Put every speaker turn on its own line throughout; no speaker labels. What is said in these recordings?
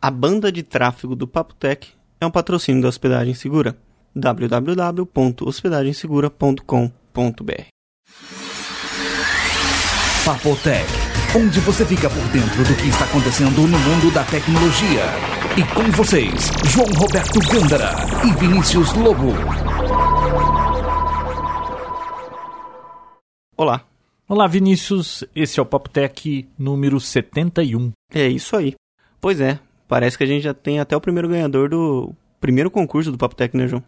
A banda de tráfego do Papotec é um patrocínio da Hospedagem Segura. www.hospedagensegura.com.br
Papotec, onde você fica por dentro do que está acontecendo no mundo da tecnologia. E com vocês, João Roberto Gândara e Vinícius Lobo.
Olá,
Olá, Vinícius. Esse é o Papo Tech número 71.
é isso aí. Pois é, parece que a gente já tem até o primeiro ganhador do primeiro concurso do Papotec, né, João?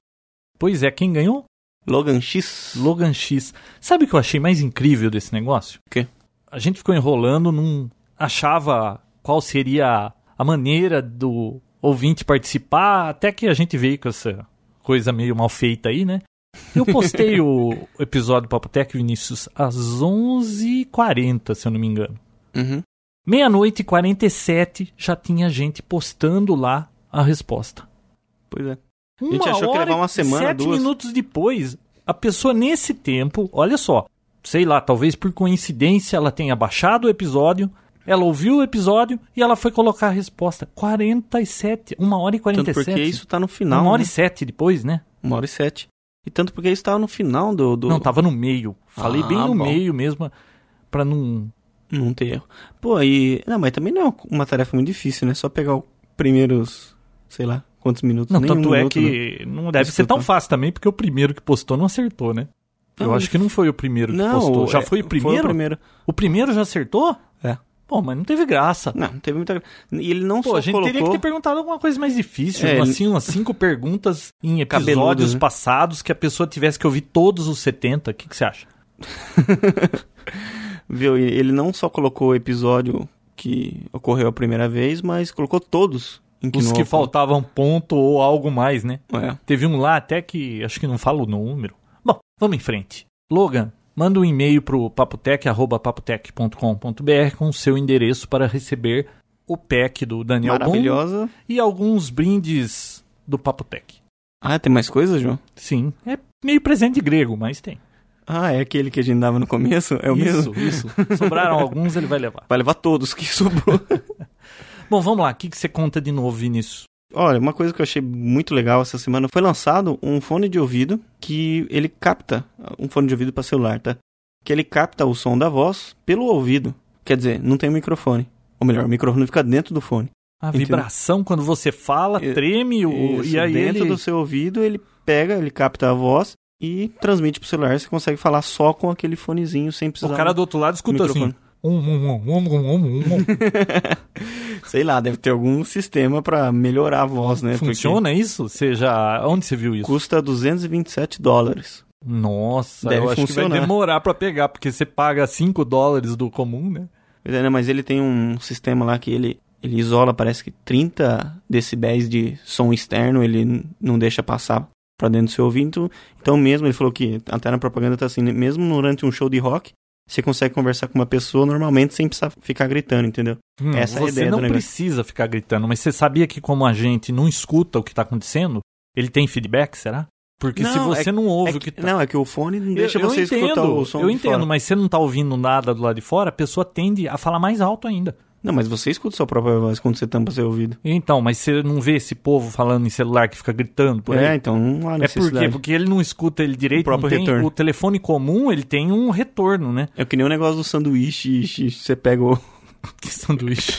Pois é, quem ganhou?
Logan X.
Logan X. Sabe o que eu achei mais incrível desse negócio? O
quê?
A gente ficou enrolando, não achava qual seria a maneira do ouvinte participar, até que a gente veio com essa coisa meio mal feita aí, né? Eu postei o episódio do Papo Tech, Vinícius, às 11h40, se eu não me engano.
Uhum.
Meia-noite e 47 já tinha gente postando lá a resposta.
Pois é. gente achou que ia levar
e
uma semana,
sete
duas.
minutos depois, a pessoa nesse tempo, olha só, sei lá, talvez por coincidência ela tenha baixado o episódio, ela ouviu o episódio e ela foi colocar a resposta. 47, uma hora e
Tanto
47.
porque isso tá no final.
uma hora
né?
e sete depois, né?
Uma hora e sete. E tanto porque isso tava no final do. do...
Não, tá. tava no meio. Falei
Ah,
bem no
bom.
meio mesmo, ah, pra não...
Não tem erro. Pô, e. Não, mas também não é uma tarefa muito difícil, né? Só pegar os primeiros. sei lá, quantos minutos.
Não,
Nem
tanto
um
é
minuto, né?
que não deve ser tão
Escuta.
fácil também, porque o primeiro que postou não acertou, né? Eu
Não,
acho que não foi o primeiro que
Não,
postou. Já
é,
foi o primeiro?
Foi o primeiro.
O primeiro já acertou?
É.
Pô, mas não teve graça.
Não, não teve muita. gra- E ele não
Pô,
só
a gente
colocou.
teria que ter perguntado alguma coisa mais difícil.
É,
assim, umas cinco perguntas em episódios
Cabeludo, né?
passados que a pessoa tivesse que ouvir todos os 70. O que, que você acha?
Viu? E Ele não só colocou o episódio que ocorreu a primeira vez, mas colocou todos. Em que
os
não
que
ocorreu.
faltavam ponto ou algo mais, né?
É.
Teve um lá até que acho que não fala o número. Bom, vamos em frente. Logan, manda um e-mail pro papotec, arroba papotec.com.br com o seu endereço para receber o pack do Daniel Boom
Maravilhosa.
e alguns brindes do Papotec.
Ah, tem mais coisas, João?
Sim, é meio presente grego, mas tem.
Ah, é aquele que a gente dava no começo? É o
isso,
mesmo?
isso. Sobraram alguns, ele vai levar.
Vai levar todos que sobrou.
Bom, vamos lá. O que, que você conta de novo, Vinícius?
Olha, uma coisa que eu achei muito legal essa semana foi lançado um fone de ouvido que ele capta um fone de ouvido para celular, tá? Que ele capta o som da voz pelo ouvido. Quer dizer, não tem microfone. Ou melhor, o microfone fica dentro do fone.
A
Entendeu?
vibração, quando você fala,
E-
treme o,
Isso,
e aí
dentro
ele...
do seu ouvido, ele pega, ele capta a voz e transmite pro celular. Você consegue falar só com aquele fonezinho sem precisar.
O cara do outro lado escuta assim... Um, um, um, um, um, um, um,
É,
um.
Sei lá, deve ter algum sistema para melhorar a voz, né? Porque
Funciona isso? Você já... Onde você viu isso?
Custa 227 dólares.
Nossa,
Deve
eu acho que
funcionar.
vai demorar pra pegar, porque você paga 5 dólares do comum, né?
Pois é, né, Mas ele tem um sistema lá que ele, ele isola, parece que 30 decibéis de som externo, ele n- não deixa passar pra dentro do seu ouvido. Então mesmo, ele falou que até na propaganda tá assim, né, mesmo durante um show de rock, você consegue conversar com uma pessoa normalmente sem precisar ficar gritando, entendeu?
Hum,
Essa é a
você
ideia do
não
negócio.
precisa ficar gritando, mas você sabia que como a gente não escuta o que tá acontecendo, ele tem feedback, será? Porque se
Não,
você não
É
ouve o
que-
que tá...
Não, é que o fone não deixa
eu,
você
eu entendo,
escutar o som
Eu
de
entendo,
fora.
mas você não tá ouvindo nada do lado de fora, a pessoa tende a falar mais alto ainda.
Não, mas você escuta sua própria voz quando você tampa seu ouvido.
Então, mas você não vê esse povo falando em celular que fica gritando por
É,
aí?
então não há
É por
necessidade.
quê? Porque ele não escuta ele direito,
O próprio
não tem-
retorno.
o telefone comum, ele tem um retorno, né?
É que nem o negócio do sanduíche, ixi, você pega o,
Que sanduíche.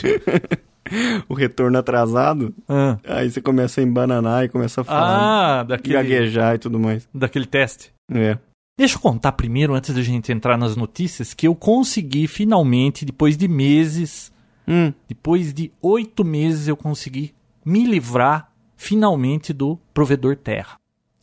o retorno atrasado,
ah,
Aí você começa a embananar e começa a falar,
ah daquele,
gaguejar e tudo mais.
daquele teste.
É.
Deixa eu contar primeiro, antes da gente entrar nas notícias, que eu consegui finalmente, depois de meses,
Hum,
depois de oito meses, eu consegui me livrar finalmente do provedor Terra.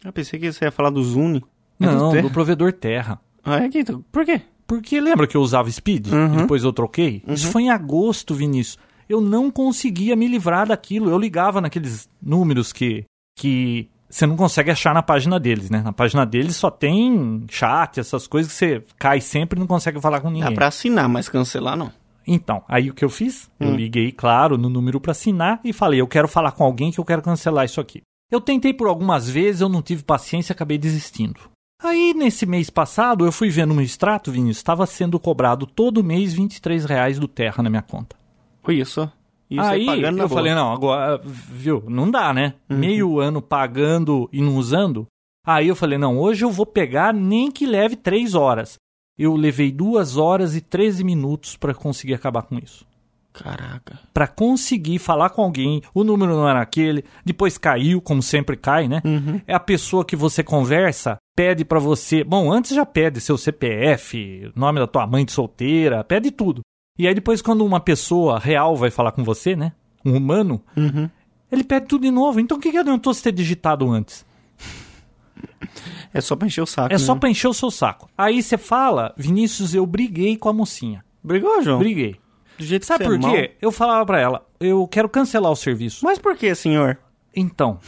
eu pensei que você ia falar do Zune. É do
Não,
Terra?
do provedor Terra.
Ah, é que... Por quê?
Porque lembra que eu usava Speed
Uhum.
e depois eu troquei?
Uhum.
Isso foi em agosto, Vinícius. Eu não conseguia me livrar daquilo. Eu ligava naqueles números que que você não consegue achar na página deles, né? Na página deles só tem chat, essas coisas que você cai sempre e não consegue falar com
Dá
ninguém.
pra assinar, mas cancelar não.
Então, aí o que eu fiz? Eu
Hum.
liguei, claro, no número para assinar e falei: eu quero falar com alguém que eu quero cancelar isso aqui. Eu tentei por algumas vezes, eu não tive paciência, acabei desistindo. Aí, nesse mês passado, eu fui vendo meu extrato, Vinícius, estava sendo cobrado todo mês R$ 23 do Terra na minha conta.
Olha só. E isso
Aí
aí pagando na boa. Uhum.
eu falei, não, agora, viu, não dá, né? Meio ano pagando e não usando. Aí eu falei, não, hoje eu vou pegar nem que leve três horas. Eu levei duas horas e 13 minutos pra conseguir acabar com isso.
Caraca.
Pra conseguir falar com alguém, o número não era aquele, depois caiu, como sempre cai, né?
Uhum.
É a pessoa que você conversa, pede pra você, bom, antes já pede seu CPF, nome da tua mãe de solteira, pede tudo. E aí depois quando uma pessoa real vai falar com você, né? Um humano,
Uhum.
ele pede tudo de novo. Então o que, que adiantou você ter digitado antes?
É só pra encher o saco.
É só
né?
pra encher o seu saco. Aí você fala, Vinícius, eu briguei com a mocinha.
Brigou, João?
Briguei.
Do jeito que
Sabe
você é
por
mau.
quê? Eu falava pra ela, eu quero cancelar o serviço.
Mas por que, senhor?
Então,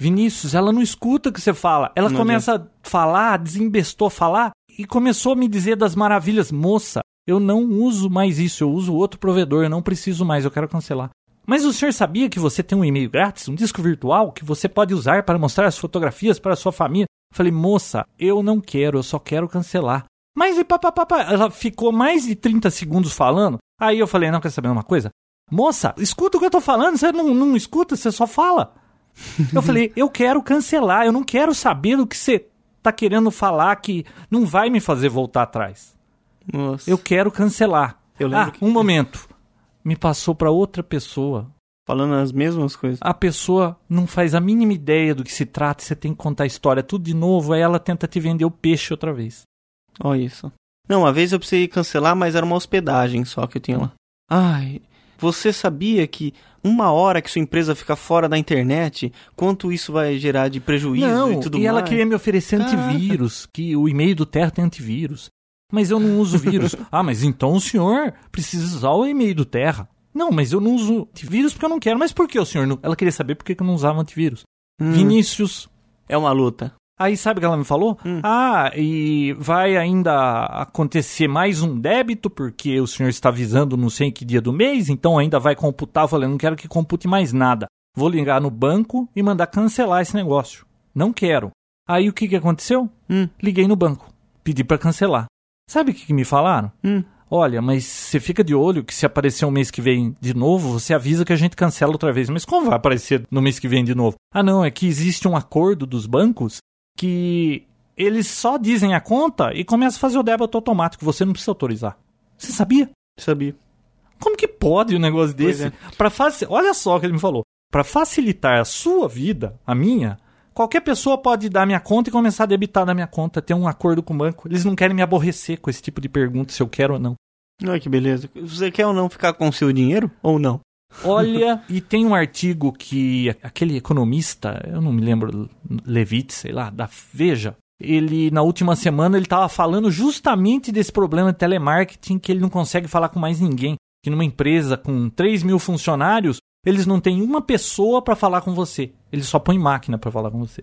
Vinícius, ela não escuta o que você fala. Ela
Não
começa a falar, desembestou a falar e começou a me dizer das maravilhas. Moça, eu não uso mais isso, eu uso outro provedor, eu não preciso mais, eu quero cancelar. Mas o senhor sabia que você tem um e-mail grátis, um disco virtual que você pode usar para mostrar as fotografias para a sua família? Eu Falei, moça, eu não quero, eu só quero cancelar. Mas e papapá, ela ficou mais de 30 segundos falando. Aí eu falei, não, quer saber uma coisa? Moça, escuta o que eu tô falando, você não, não escuta, você só fala. Eu falei, eu quero cancelar, eu não quero saber do que você tá querendo falar que não vai me fazer voltar atrás.
Nossa.
Eu quero cancelar.
Eu lembro
ah,
que-
um momento. Me passou pra outra pessoa.
Falando as mesmas coisas.
A pessoa não faz a mínima ideia do que se trata, você tem que contar a história tudo de novo, aí ela tenta te vender o peixe outra vez.
Olha isso. Não, uma vez eu precisei cancelar, mas era uma hospedagem só que eu tinha lá. Ai, você sabia que uma hora que sua empresa fica fora da internet, quanto isso vai gerar de prejuízo
não,
e tudo
e
mais?
ela queria me oferecer
Caraca.
antivírus, que o e-mail do Terra tem antivírus. Mas eu não uso vírus. ah, mas então o senhor precisa usar o e-mail do Terra. Não, mas eu não uso antivírus porque eu não quero. Mas por que o senhor não? Ela queria saber por que que eu não usava antivírus.
Hum,
Vinícius.
É uma luta.
Aí sabe o que ela me falou? Ah, e vai ainda acontecer mais um débito porque o senhor está avisando não sei em que dia do mês, então ainda vai computar. Eu falei, não quero que compute mais nada. Vou ligar no banco e mandar cancelar esse negócio. Não quero. Aí o que, que aconteceu?
Hum.
Liguei no banco, pedi para cancelar. Sabe o que, que me falaram?
Hum.
Olha, mas você fica de olho que se aparecer um mês que vem de novo, você avisa que a gente cancela outra vez. Mas como vai aparecer no mês que vem de novo? Ah, não, é que existe um acordo dos bancos que eles só dizem a conta e começa a fazer o débito automático. Você não precisa autorizar. Você sabia?
Sabia.
Como que pode um negócio
Pois
desse?
é.
Pra faci- Olha só o que ele me falou. Para facilitar a sua vida, a minha, qualquer pessoa pode dar minha conta e começar a debitar da minha conta, ter um acordo com o banco. Eles não querem me aborrecer com esse tipo de pergunta se eu quero ou não.
Olha que beleza. Você quer ou não ficar com o seu dinheiro? Ou não?
Olha, e tem um artigo que aquele economista, eu não me lembro, Levitt, sei lá, da Veja, ele na última semana ele estava falando justamente desse problema de telemarketing que ele não consegue falar com mais ninguém. Que numa empresa com 3 mil funcionários, eles não têm uma pessoa para falar com você. Eles só põem máquina para falar com você.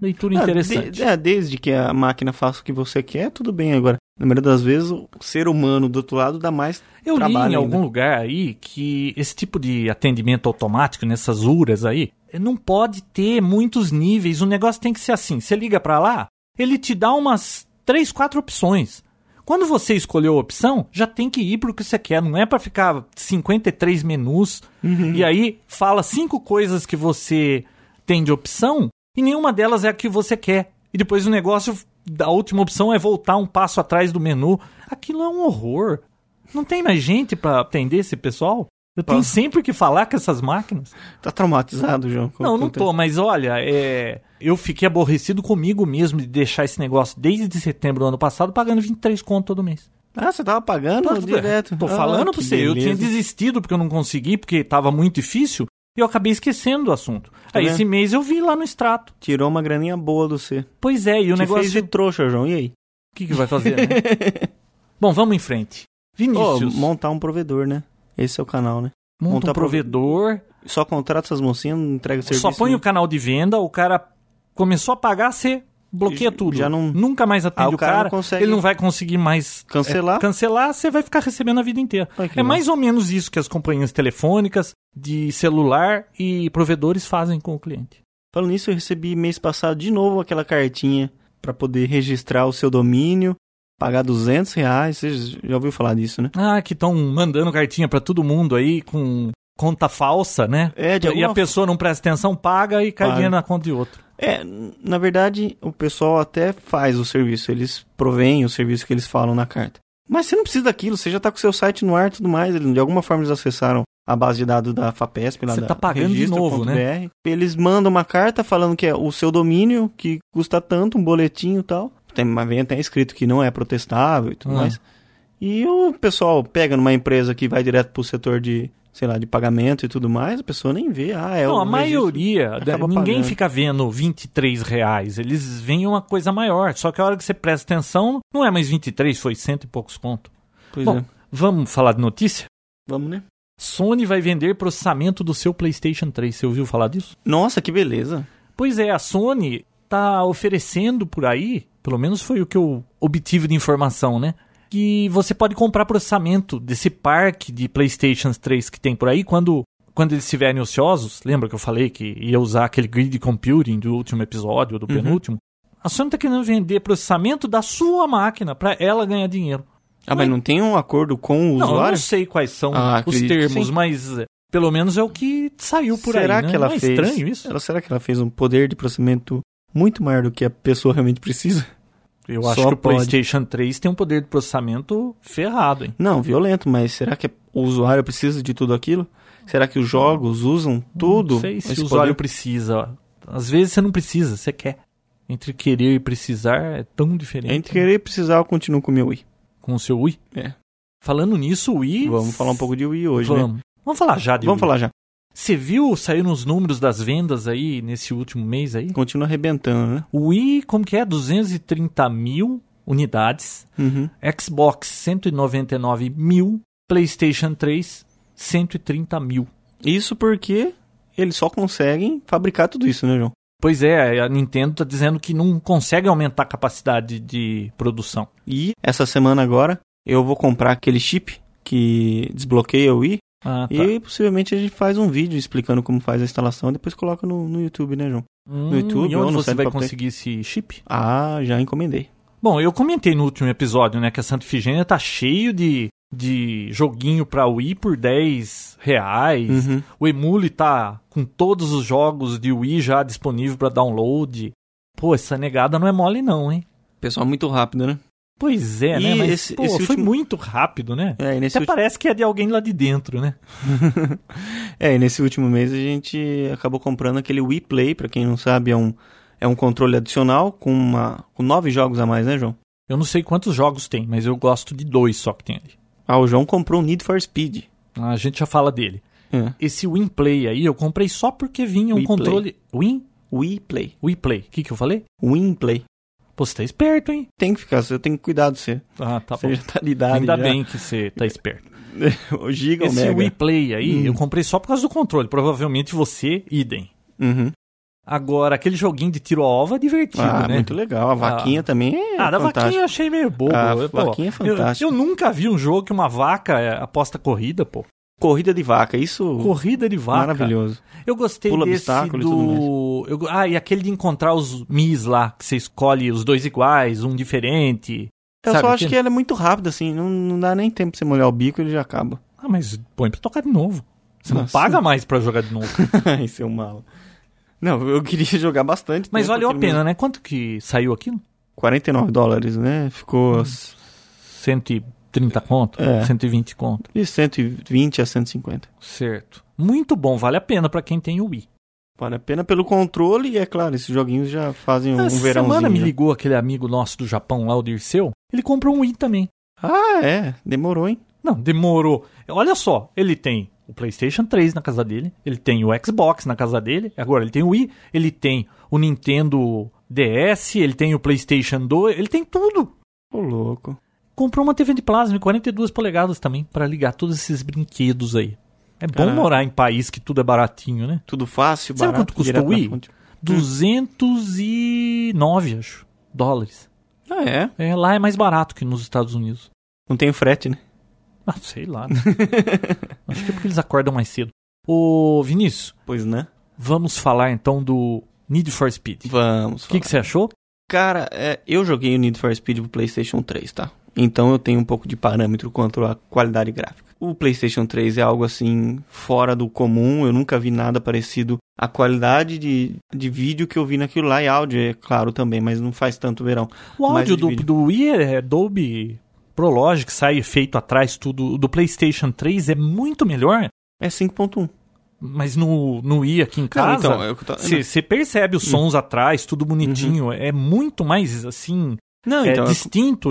Leitura
Ah,
interessante.
de- é, desde que a máquina faça o que você quer, tudo bem agora. Na maioria das vezes, o ser humano do outro lado dá mais
Eu li
trabalho
em
ainda.
algum lugar aí que esse tipo de atendimento automático nessas URAs aí não pode ter muitos níveis. O negócio tem que ser assim. Você liga pra lá, ele te dá umas três, quatro opções. Quando você escolheu a opção, já tem que ir pro que você quer. Não é pra ficar 53 menus
Uhum.
e aí fala cinco coisas que você tem de opção e nenhuma delas é a que você quer. E depois o negócio da última opção é voltar um passo atrás do menu. Aquilo é um horror. Não tem mais gente pra atender esse pessoal? Eu tenho
Ah.
sempre que falar com essas máquinas?
Tá traumatizado, João? com-
não, não
com-
tô, mas olha, é, eu fiquei aborrecido comigo mesmo de deixar esse negócio desde setembro do ano passado pagando 23 conto todo mês.
Ah, você tava pagando direto.
Tô
Ah,
falando pra
que
você, eu tinha
beleza.
desistido porque eu não consegui, porque tava muito difícil, e eu acabei esquecendo do assunto. Aí
vendo?
esse mês eu vi lá no extrato.
Tirou uma graninha boa do você.
Pois é, e o
Te
negócio.
fez de trouxa, João. E aí?
O que, que vai fazer, né? Bom, vamos em frente.
Ô,
Vinícius,
montar um provedor, né? Esse é o canal, né?
monta um
montar
provedor,
Só contrata essas mocinhas, não entrega serviço. né?
só põe o
nenhum.
canal de venda, o cara começou a pagar, você bloqueia
Já-
tudo.
já não-
Nunca mais atende
Ah, o
o cara,
cara não consegue-
ele não vai conseguir mais
Cancelar?
cancelar, você vai ficar recebendo a vida inteira.
Olha que
é
legal.
mais ou menos isso que as companhias telefônicas, de celular e provedores fazem com o cliente.
Falando nisso, eu recebi mês passado de novo aquela cartinha pra poder registrar o seu domínio, pagar 200 reais. Você já ouviu falar disso, né?
Ah, que estão mandando cartinha pra todo mundo aí com conta falsa, né?
É, de
E a
alguma
pessoa não presta atenção, paga e cai
Paga.
dinheiro na conta de outro.
É, na verdade, o pessoal até faz o serviço, eles provêm o serviço que eles falam na carta. Mas você não precisa daquilo, você já tá com seu site no ar e tudo mais, eles, de alguma forma eles acessaram a base de dados da FAPESP lá
Você
da
tá pagando de novo, né?
registro.br. Eles mandam uma carta falando que é o seu domínio, que custa tanto, um boletinho e tal. Tem, mas vem até escrito que não é protestável e tudo
Ah.
mais. E o pessoal pega numa empresa que vai direto pro setor de, sei lá, de pagamento e tudo mais, a pessoa nem vê. Ah, é
não,
o
a
registro.
maioria, né,
acaba
ninguém
pagando.
fica vendo 23 reais, eles veem uma coisa maior, só que a hora que você presta atenção, não é mais 23, foi cento e poucos conto.
Pois
Bom.
é.
Vamos falar de notícia?
Vamos, né?
Sony vai vender processamento do seu PlayStation 3, você ouviu falar disso?
Nossa, que beleza.
Pois é, a Sony tá oferecendo por aí, pelo menos foi o que eu obtive de informação, né? Que você pode comprar processamento desse parque de PlayStation 3 que tem por aí quando, quando eles estiverem ociosos. Lembra que eu falei que ia usar aquele grid computing do último episódio, do
Uhum.
penúltimo? A Sony tá querendo vender processamento da sua máquina para ela ganhar dinheiro.
Ah, mas não tem um acordo com o
não, eu não
usuário?
sei quais são
Ah,
os
acredito que
termos,
sim.
mas eh, pelo menos é o que saiu por
será
aí. né?
que ela
não é
fez?
estranho isso?
Ela, será que ela fez um poder de processamento muito maior do que a pessoa realmente precisa?
Eu
Só
acho que o
pode.
PlayStation 3 tem um poder de processamento ferrado, hein?
Não, violento, mas será que o usuário precisa de tudo aquilo? Será que os jogos usam tudo?
Não sei se
esse
o usuário
poder?
precisa. Às vezes você não precisa, você quer. Entre querer e precisar é tão diferente.
Entre querer e precisar, eu continuo com o meu Wii.
Com o seu Wii.
É.
Falando nisso, o Wii.
Vamos falar um pouco de Wii hoje, né?
Vamos. Vamos falar já de
Vamos
Wii.
falar já.
Você viu saíram os números das vendas aí nesse último mês aí?
Continua arrebentando, né?
O Wii, como que é? 230 mil unidades.
Uhum.
Xbox, 199 mil. PlayStation 3, 130 mil.
Isso porque eles só conseguem fabricar tudo isso, né, João?
Pois é, a Nintendo tá dizendo que não consegue aumentar a capacidade de produção.
E essa semana agora, eu vou comprar aquele chip que desbloqueia o Wii
Ah, tá.
E possivelmente a gente faz um vídeo explicando como faz a instalação e depois coloca no, no YouTube, né, João?
Hum,
YouTube
e
ou
onde
no
você
site
vai
pra ter?
conseguir esse chip?
Ah, já encomendei.
Bom, eu comentei no último episódio, né, que a Santa Ifigênia tá cheio de, de joguinho pra Wii por 10 reais.
Uhum.
O Emule tá com todos os jogos de Wii já disponível pra download. Pô, essa negada não é mole não, hein?
Pessoal, muito rápido, né?
Pois é,
E
né? Mas,
esse-
pô,
esse
foi
último-
muito rápido, né?
É e, nesse
Até
ulti-
parece que é de alguém lá de dentro, né?
é, e nesse último mês a gente acabou comprando aquele Wii Play, pra quem não sabe, é um, é um controle adicional com, uma, com nove jogos a mais, né, João?
Eu não sei quantos jogos tem, mas eu gosto de dois só que tem ali.
Ah, o João comprou o Need for Speed.
A gente já fala dele.
É.
Esse WinPlay aí eu comprei só porque vinha um
Winplay.
controle. Win?
Wii Play.
WinPlay. O que, que eu falei?
Win Play.
Pô, você tá esperto, hein?
Tem que ficar, você tem que cuidar de você.
Ah, tá
você
bom.
já tá de idade.
Ainda
já.
bem que você tá esperto.
o Giga ou
Esse
Mega.
WinPlay aí
Hum.
eu comprei só por causa do controle. Provavelmente você, idem.
Uhum.
Agora, aquele joguinho de tiro a alva é divertido,
Ah,
né?
muito legal. A vaquinha também é
Ah, da
fantástica.
vaquinha eu achei meio bobo.
Ah,
Eu, pô,
vaquinha é fantástica.
Eu, eu nunca vi um jogo que uma vaca é, aposta corrida, pô.
Corrida de vaca, isso...
Corrida de vaca.
Maravilhoso.
Eu gostei
Pula
desse
obstáculo e
do... eu go- Ah, e aquele de encontrar os Mis lá, que você escolhe os dois iguais, um diferente.
Eu
Sabe
só acho
aquele?
que ela é muito rápida, assim. Não, não dá nem tempo pra você molhar o bico ele já acaba.
Ah, mas põe pra tocar de novo. Você não
Nossa.
paga mais pra jogar de novo.
Ai, seu mal. Não, eu queria jogar bastante.
Mas
tempo
valeu a
aquele
pena, né? Quanto que saiu aquilo?
mesmo. 49 dólares, né?
Hum,
Ficou s-
130 conto?
É.
120 conto.
de 120 a 150.
Certo. Muito bom, vale a pena pra quem tem o Wii.
Vale a pena pelo controle e, é claro, esses joguinhos já fazem um
Essa
verãozinho.
semana me
já.
ligou aquele amigo nosso do Japão lá, o Dirceu. Ele comprou um Wii também.
Ah, é. Demorou, hein?
Não, demorou. Olha só, ele tem o PlayStation 3 na casa dele, ele tem o Xbox na casa dele, agora ele tem o Wii, ele tem o Nintendo DS, ele tem o PlayStation 2, ele tem tudo.
Ô, louco.
Comprou uma TV de plasma de 42 polegadas também pra ligar todos esses brinquedos aí. É bom
Caraca.
morar em país que tudo é baratinho, né?
Tudo fácil,
Sabe
barato,
quanto custou
direto
o
na
Wii?
fonte.
209, acho, dólares.
Ah, é?
É, lá é mais barato que nos Estados Unidos.
Não tem frete, né?
Ah, sei lá. né? acho que é porque eles acordam mais cedo. Ô, Vinícius,
Pois, né?
Vamos falar então do Need for Speed.
Vamos.
O que,
falar.
que você achou?
Cara, é, eu joguei o Need for Speed pro PlayStation 3, tá? Então eu tenho um pouco de parâmetro quanto à qualidade gráfica. O PlayStation 3 é algo assim fora do comum, eu nunca vi nada parecido. A qualidade de, de vídeo que eu vi naquilo lá e áudio, é claro também, mas não faz tanto verão.
O
Mas
áudio
de
do,
vídeo.
do Wii é Dolby Pro Logic, sai efeito atrás, tudo. O do PlayStation 3 é muito melhor,
É 5.1.
mas no, no Wii aqui em
Não,
casa.
então, é Hum. o que eu tô-
Você percebe os sons atrás, tudo bonitinho. É muito mais, assim,
não,
é
então, é-
distinto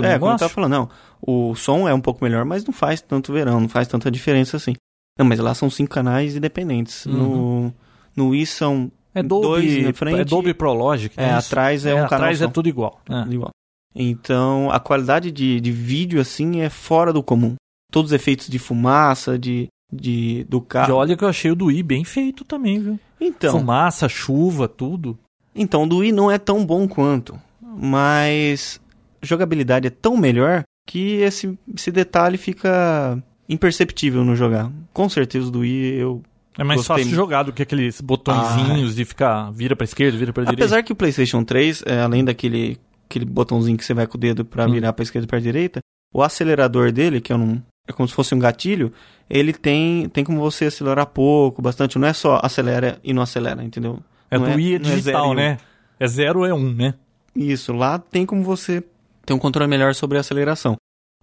É,
o
como eu
negócio.
tava falando, não, o som é um pouco melhor, mas não faz tanto verão, não faz tanta diferença assim. Não, mas lá são cinco canais independentes. Uhum. No, no Wii são,
É Dolby,
dois na frente-
é Dolby Pro Logic.
é,
né? Isso.
atrás é, um canal
atrás
só.
é tudo igual. É.
Igual. Então, a qualidade de, de vídeo, assim, é fora do comum. Todos os efeitos de fumaça, de, de do
E
carro.
olha que eu achei o do Wii bem feito também, viu?
Então,
Fumaça, chuva, tudo.
Então, o do Wii não é tão bom quanto, mas jogabilidade é tão melhor que esse, esse detalhe fica imperceptível no jogar. Com certeza o do Wii eu...
É mais
Gostei
fácil
muito. Ah,
jogar do que aqueles botõezinhos de ficar vira pra esquerda, vira pra direita.
Apesar que o PlayStation 3, é, além daquele aquele botãozinho que você vai com o dedo pra
Hum.
virar pra esquerda e pra direita, o acelerador dele, que é, um, é como se fosse um gatilho, ele tem, tem como você acelerar pouco, bastante. Não é só acelera e não acelera, entendeu?
É
Não
do
é-
Wii é
não é
digital,
zero e um.
né? É zero é um, né?
Isso, lá tem como você ter um controle melhor sobre a aceleração.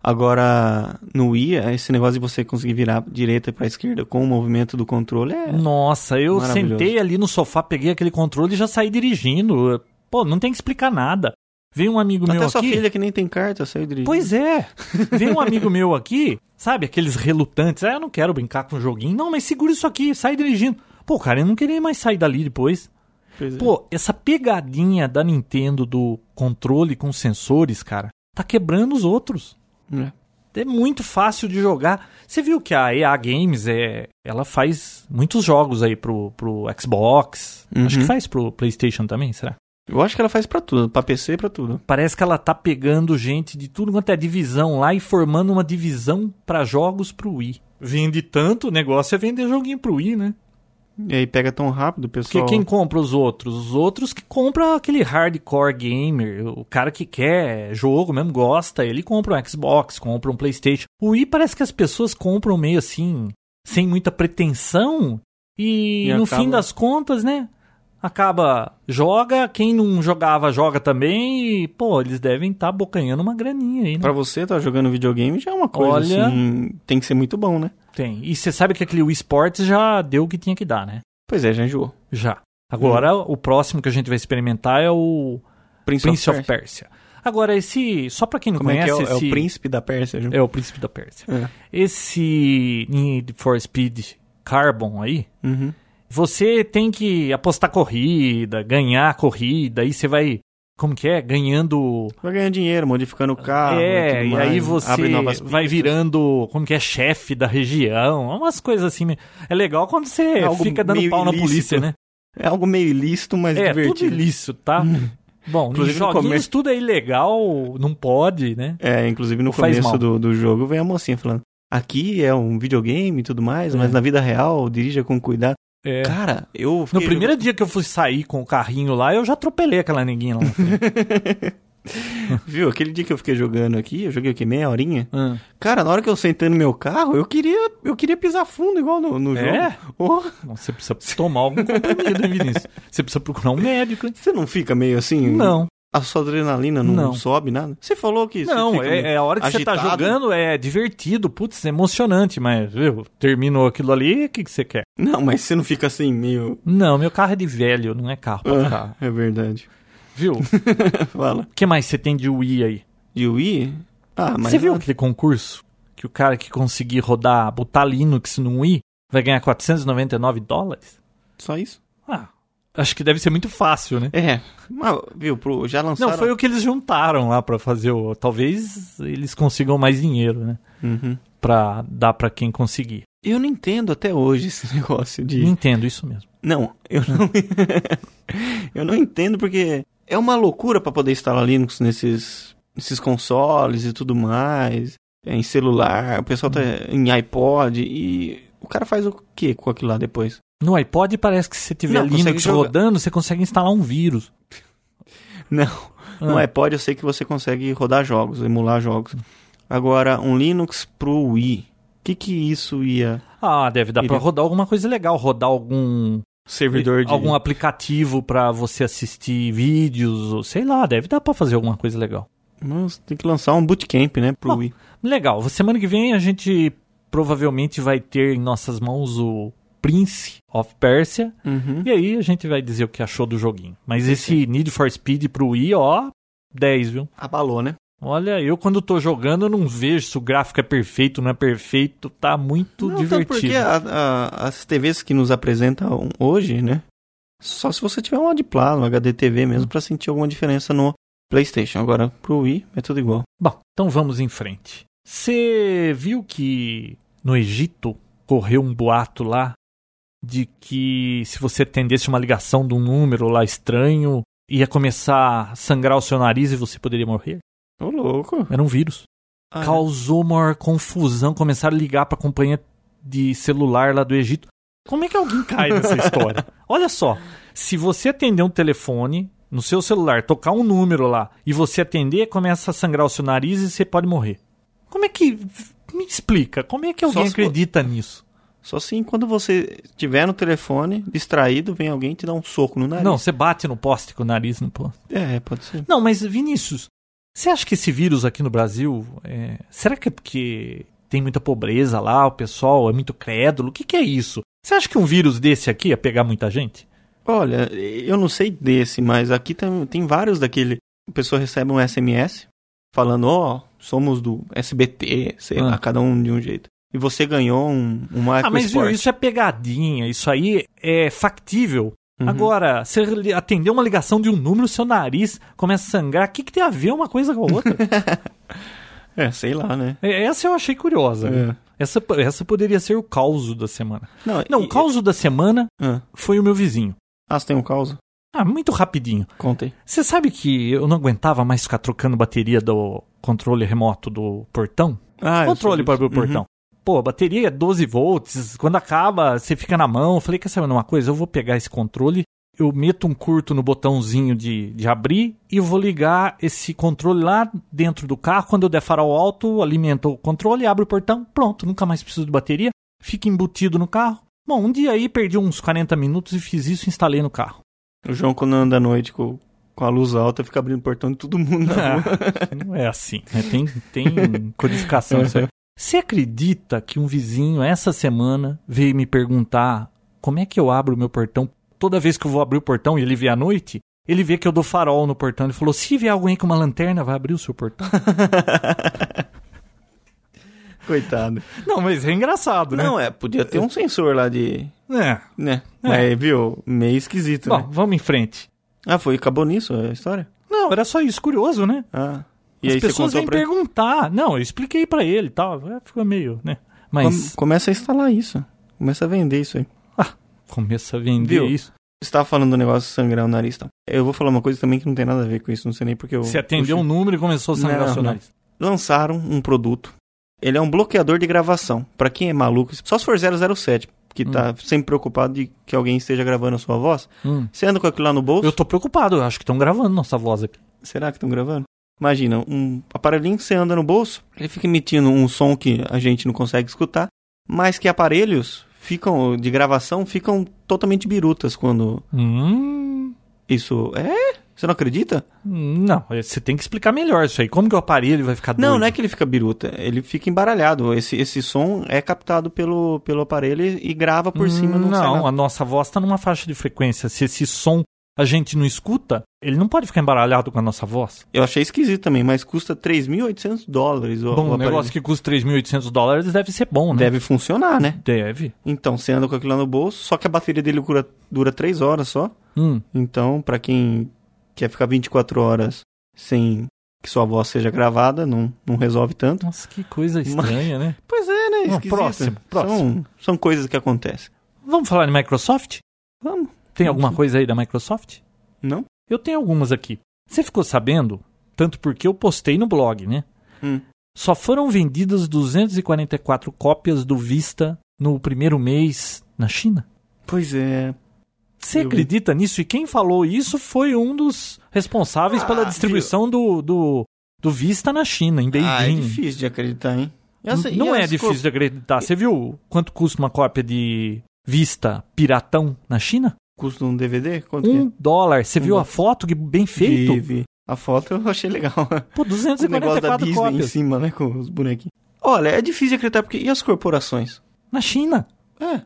Agora, no Wii, esse negócio de você conseguir virar direita para esquerda com o movimento do controle é.
Nossa, eu
Maravilhoso.
sentei ali no sofá, peguei aquele controle e já saí dirigindo. Pô, não tem que explicar nada. Veio um amigo
Até
meu
sua
aqui.
filha que nem tem carta saiu dirigindo.
Pois é. Veio um amigo meu aqui, sabe, aqueles relutantes. Ah, eu não quero brincar com o joguinho. Não, mas segura isso aqui, sai dirigindo. Pô, cara, eu não queria mais sair dali depois.
Pois é.
Pô, essa pegadinha da Nintendo do controle com sensores, cara, tá quebrando os outros.
É.
É muito fácil de jogar. Você viu que a EA Games é, ela faz muitos jogos aí pro, pro Xbox.
Uhum.
Acho que faz pro PlayStation também, será?
Eu acho que ela faz pra tudo, pra PC e pra tudo.
Parece que ela tá pegando gente de tudo quanto é divisão lá e formando uma divisão pra jogos pro Wii. Vende tanto, o negócio é vender joguinho pro Wii, né?
E aí pega tão rápido, o
Porque
pessoal.
quem compra os outros? Os outros que compra aquele hardcore gamer, o cara que quer jogo mesmo, gosta, ele compra um Xbox, compra um Playstation. O Wii parece que as pessoas compram meio assim, sem muita pretensão, e,
E
no
acaba-
fim das contas, né? Acaba, joga, quem não jogava, joga também, e, pô, eles devem estar bocanhando uma graninha aí, né?
Pra você estar jogando videogame já é uma coisa
Olha-
assim. Tem que ser muito bom, né?
Tem. E você sabe que aquele Wii Sports já deu o que tinha que dar, né?
Pois é, já enjoou.
Já. Agora, o próximo que a gente vai experimentar é o
Prince,
Prince
of
of Persia. Agora, esse. Só pra quem não
Como é que
conhece.
é? o- É
esse,
o príncipe da Pérsia, viu?
É o Príncipe da Pérsia.
É.
Esse Need for Speed Carbon aí,
Uhum.
você tem que apostar corrida, ganhar corrida, aí você vai. Como que é? Ganhando.
Vai ganhar dinheiro, modificando o carro. e,
é,
tudo
e
Ah, mais,
aí
abre novas
você vai
pistas.
virando. Como que é? Chefe da região. Umas coisas assim. né? É legal quando você
Algo
fica dando
meio
pau na
ilícito,
polícia, né?
É algo meio ilícito, mas
É, tudo
divertido. Hum.
ilícito, tá? Bom, nos
Inclusive no
joguinhos
começo-
tudo é ilegal, não pode, né?
É, inclusive no
Ou faz mal.
começo do, do jogo vem a mocinha falando: aqui é um videogame e tudo mais,
É.
mas na vida real dirija com cuidado.
É.
Cara, eu
No
fiquei.
primeiro dia que eu fui sair com o carrinho lá, eu já atropelei aquela neguinha lá. na frente.
Viu? Aquele dia que eu fiquei jogando aqui, eu joguei aqui meia horinha.
Ah.
Cara, na hora que eu sentei no meu carro, eu queria, eu queria pisar fundo igual no, no jogo.
É?
Oh,
Nossa, você precisa tomar algum comprimido, hein, Vinícius? Você precisa procurar um médico, hein?
você não fica meio assim?
Não,
A sua adrenalina não,
Não.
sobe nada? Você falou que. você
não,
fica meio
é, é a hora que você tá
agitado.
jogando, é divertido, putz, é emocionante, mas, viu, terminou aquilo ali, o que, que você quer?
Não, mas você não fica assim meio.
Não, meu carro é de velho, não é carro pra ficar,
É verdade.
viu? O
Fala.
que mais você tem de Wii aí?
De Wii? Ah, mas.
Você viu
nada.
aquele concurso que o cara que conseguir rodar, botar Linux no Wii, vai ganhar 499 dólares?
Só isso?
Ah, acho que deve ser muito fácil, né?
É. Mas, viu, pro, já lançaram.
Não, foi o que eles juntaram lá pra fazer o. Talvez eles consigam mais dinheiro, né?
Uhum.
Pra dar pra quem conseguir.
Eu não entendo até hoje esse negócio de.
Nintendo, isso mesmo.
Não, eu não. eu não entendo porque é uma loucura pra poder instalar Linux nesses, nesses consoles e tudo mais. é, em celular, o pessoal tá
Hum.
em iPod e o cara faz o que com aquilo lá depois?
No iPod parece que se você tiver
Não, consegue
Linux
jogar.
rodando, você consegue instalar um vírus.
Não, no
Ah. Hum.
iPod eu sei que você consegue rodar jogos, emular jogos. Agora, um Linux pro Wii. O que que isso ia...
Ah, deve dar pra
Iria-
rodar alguma coisa legal, rodar algum
Servidor de...
algum aplicativo pra você assistir vídeos, ou sei lá, deve dar pra fazer alguma coisa legal.
Mas tem que lançar um bootcamp, né, pro
Bom,
Wii.
Legal. Semana que vem a gente provavelmente vai ter em nossas mãos o Prince of Persia.
Uhum.
E aí a gente vai dizer o que achou do joguinho. Mas esse Need for Speed pro Wii, ó, 10, viu?
Abalou, né?
Olha, eu quando tô jogando eu não vejo se o gráfico é perfeito, não é perfeito, tá muito
Não, tanto
divertido.
porque a- a- as TVs que nos apresentam hoje, né? Só se você tiver um AdPlus, um HDTV mesmo, pra sentir alguma diferença no PlayStation. Agora, pro Wii, é tudo igual.
Bom, então vamos em frente. Você viu que no Egito correu um boato lá de que se você atendesse uma ligação de um número lá estranho, ia começar a sangrar o seu nariz e você poderia morrer?
Ô, louco.
Era um
Ah,
vírus.
né?
Causou maior confusão, começaram a ligar pra companhia de celular lá do Egito. Como é que alguém cai nessa história? Olha só, se você atender um telefone no seu celular, tocar um número lá e você atender, começa a sangrar o seu nariz e você pode morrer. Como é que me explica? Como é que alguém
Só se for-
acredita nisso?
Só assim, quando você estiver no telefone, distraído, vem alguém e te dar um soco no nariz.
Não, você bate no poste com o nariz no poste.
É, pode ser.
Não, mas Vinícius, você acha que esse vírus aqui no Brasil, é, será que é porque tem muita pobreza lá, o pessoal é muito crédulo? O que, que é isso? Você acha que um vírus desse aqui ia pegar muita gente?
Olha, eu não sei desse, mas aqui tem, tem vários daquele. A pessoa recebe um SMS falando, ó, somos do SBT, sei
Ah.
lá, cada um de um jeito. E você ganhou um, um
ah, mas viu,
microesporte.
isso é pegadinha, isso aí é factível.
Uhum.
é Agora, você li- atender uma ligação de um número, seu nariz começa a sangrar, o que, que tem a ver uma coisa com a outra?
É, sei lá, né?
É, Essa eu achei curiosa. Essa, essa poderia ser o causo da semana.
Não,
Não, o
e-
causo da semana
Ah,
foi o meu vizinho.
Ah, você tem um causa?
Ah, muito rapidinho.
Contei.
Você sabe que eu não aguentava mais ficar trocando bateria do controle remoto do portão?
Ah,
controle para abrir o
o
portão. Pô, a bateria é 12 volts, quando acaba, você fica na mão. Eu falei, quer saber de uma coisa? Eu vou pegar esse controle, eu meto um curto no botãozinho de, de abrir e vou ligar esse controle lá dentro do carro. Quando eu der farol alto, alimento o controle, abre o portão, pronto, nunca mais preciso de bateria, fica embutido no carro. Bom, um dia aí perdi uns 40 minutos e fiz isso e instalei no carro.
O João, quando anda à noite com, com a luz alta, fica abrindo o portão de todo mundo. na rua.
Ah, não é assim. né? Tem, tem codificação isso aí. Você acredita que um vizinho essa semana veio me perguntar como é que eu abro o meu portão? Toda vez que eu vou abrir o portão e ele vê à noite, ele vê que eu dou farol no portão. Ele falou: se vier alguém com uma lanterna, vai abrir o seu portão.
Coitado.
Não, mas é engraçado, né?
Não, é, podia ter um sensor lá de.
É.
Né? Mas, viu? Meio esquisito,
Bom,
né?
vamos em frente.
Ah, foi, acabou nisso a história?
Não, era só isso, curioso, né?
Ah. E
As
aí
pessoas
você contou
vêm
pra ele.
perguntar. Não, eu expliquei pra ele e tal. Ficou meio, né? Mas
Come- Começa a instalar isso. Começa a vender isso aí.
começa a vender
Viu?
isso.
Você tava falando do negócio de sangrar o nariz, tá? Eu vou falar uma coisa também que não tem nada a ver com isso, não sei nem porque eu.
Você atendeu um número e começou a sangrar
Não,
o seu
não.
nariz.
lançaram um produto. Ele é um bloqueador de gravação. Pra quem é maluco, só se for 007, que tá sempre preocupado de que alguém esteja gravando a sua voz.
Hum.
Você anda com aquilo lá no bolso?
Eu tô preocupado, eu acho que estão gravando nossa voz aqui.
Será que estão gravando? Imagina, um aparelhinho que você anda no bolso, ele fica emitindo um som que a gente não consegue escutar, mas que aparelhos ficam de gravação ficam totalmente birutas quando
Hum,
isso é? Você não acredita?
não, você tem que explicar melhor isso aí. Como que o aparelho vai ficar doido?
Não, não é que ele fica biruta, ele fica embaralhado. Esse, esse som é captado pelo, pelo aparelho e e grava é por cima um no celular.
Não, a nossa voz tá numa faixa de frequência. Se esse som a gente não escuta, ele não pode ficar embaralhado com a nossa voz.
Eu achei esquisito também, mas custa 3.800 dólares o,
bom,
o
um
aparelho.
negócio que custa 3.800 dólares deve ser bom, né?
Deve funcionar, né?
Deve.
Então, você anda com aquilo lá no bolso, só que a bateria dele dura, dura 3 horas só.
Hum,
Então, pra quem quer ficar 24 horas sem que sua voz seja gravada, não, não resolve tanto.
Nossa, que coisa estranha, né?
Pois é, né?
Não,
Esquisito.
próximo, próximo.
São, são coisas que acontecem.
Vamos falar de Microsoft?
Vamos.
Tem alguma coisa aí da Microsoft?
Não?
Eu tenho algumas aqui. Você ficou sabendo? Tanto porque eu postei no blog, né?
Hum.
Só foram vendidas 244 cópias do Vista no primeiro mês na China.
Pois é.
Você
Eu vi.
acredita nisso? E quem falou isso foi um dos responsáveis
Ah,
pela distribuição do, do, do Vista na China, em Beijing.
Ah, é difícil de acreditar, hein? E essa-
N- não
e
é
as
difícil
coisas-
de acreditar. Você viu quanto custa uma cópia de Vista Piratão na China?
Custo de um DVD? Quanto que
Um
é?
dólar. Você
Um
viu a
dólar.
foto que bem feito?
Vi, vi. A foto eu achei legal.
Pô,
o negócio da
244
Disney em
cópias
cima, né? Com os bonequinhos. Olha, é difícil de acreditar, porque. E as corporações?
na China.
É.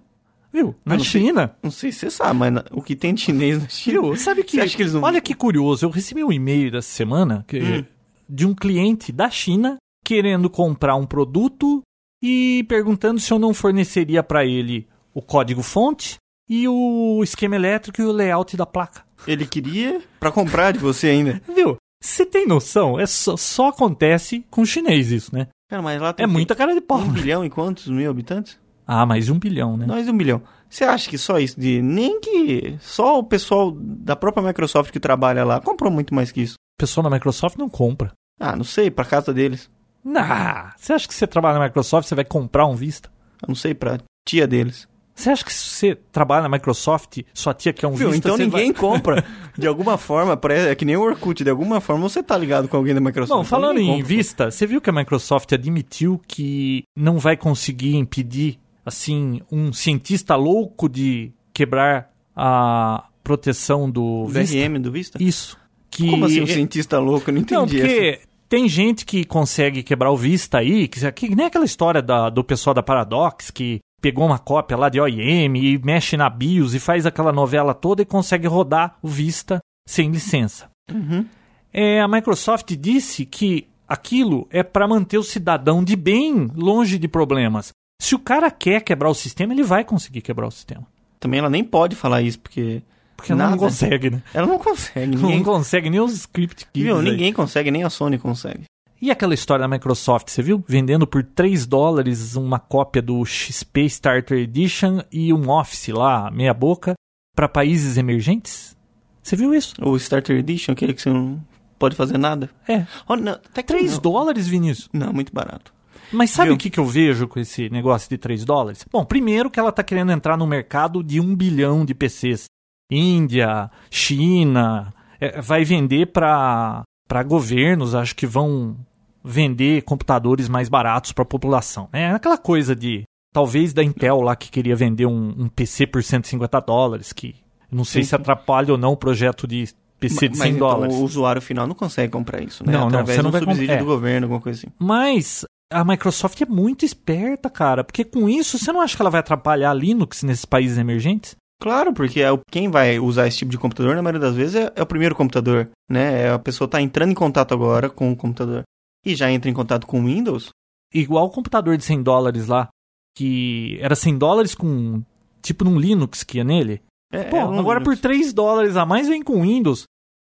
Viu? Na
não sei.
China.
Não sei se você sabe, mas na- o que tem de chinês na China.
Viu? Sabe que.
Você acha que eles não.
Olha que curioso. Eu recebi um e-mail dessa semana que-
Hum.
de um cliente da China querendo comprar um produto e perguntando se eu não forneceria pra ele o código-fonte e o esquema elétrico e o layout da placa.
Ele queria pra comprar de você ainda.
Viu? Você tem noção? É só, só acontece com chinês isso, né?
Cara, mas lá tem.
É muita cara de pau.
Um bilhão e quantos mil habitantes?
Ah, mais de um bilhão, né?
Nós um bilhão. Você acha que só isso de nem que só o pessoal da própria Microsoft que trabalha lá comprou muito mais que isso?
A pessoa na Microsoft não compra.
Ah, não sei, pra casa deles.
Nah, você acha que você trabalha na Microsoft, você vai comprar um Vista?
Ah, Não sei pra tia deles.
Você acha que se você trabalha na Microsoft, sua tia quer um
Viu,
Vista?
então
você
ninguém
vai-
compra. De alguma forma, parece- é que nem o Orkut, de alguma forma você tá ligado com alguém da Microsoft.
Bom, falando
Ninguém
em
compra.
Vista, você viu que a Microsoft admitiu que não vai conseguir impedir, assim, um cientista louco de quebrar a proteção do
O
Vista?
VRM do Vista?
Isso. Que
Como assim, um cientista louco? Eu não
Não,
entendi essa.
porque tem gente que consegue quebrar o Vista aí, que, que nem aquela história da- do pessoal da Paradox que pegou uma cópia lá de OIM e mexe na BIOS e faz aquela novela toda e consegue rodar o Vista sem licença.
Uhum.
É, a Microsoft disse que aquilo é para manter o cidadão de bem longe de problemas. Se o cara quer quebrar o sistema, ele vai conseguir quebrar o sistema.
Também ela nem pode falar isso, porque
Porque ela não
Nada.
consegue, né?
ela não consegue. Ninguém,
Não consegue nem os script keys.
viu,
aí.
ninguém consegue, nem a Sony consegue.
E aquela história da Microsoft, você viu? Vendendo por 3 dólares uma cópia do XP Starter Edition e um Office lá, meia boca, para países emergentes? Você viu isso?
O Starter Edition, aquele que você não pode fazer nada.
É.
Oh, não, até
3
3
dólares, Vinícius.
Não, muito barato.
Mas sabe
Viu?
o que, que eu vejo com esse negócio de 3 dólares? Bom, primeiro que ela tá querendo entrar no mercado de 1 bilhão de PCs. Índia, China, é, vai vender para governos, acho que vão vender computadores mais baratos para a população. né? É aquela coisa de, talvez da Intel lá que queria vender um, um PC por 150 dólares, que não sei
Sim,
se atrapalha ou não o projeto de PC
Ma-
de
mas
100
então
dólares.
o usuário final não consegue comprar isso, né?
Não, não,
Através
você não
de um
vai comp-
subsídio
é.
do governo, alguma coisa assim.
Mas a Microsoft é muito esperta, cara, porque com isso você não acha que ela vai atrapalhar a Linux nesses países emergentes?
Claro, porque é o- quem vai usar esse tipo de computador, na maioria das vezes, é, é o primeiro computador, né? É a pessoa está entrando em contato agora com o computador e já entra em contato com o Windows.
Igual o computador de 100 dólares lá, que era 100 dólares com tipo num Linux que ia nele.
É,
Pô,
é um
agora por
Windows.
3 dólares a mais vem com Windows.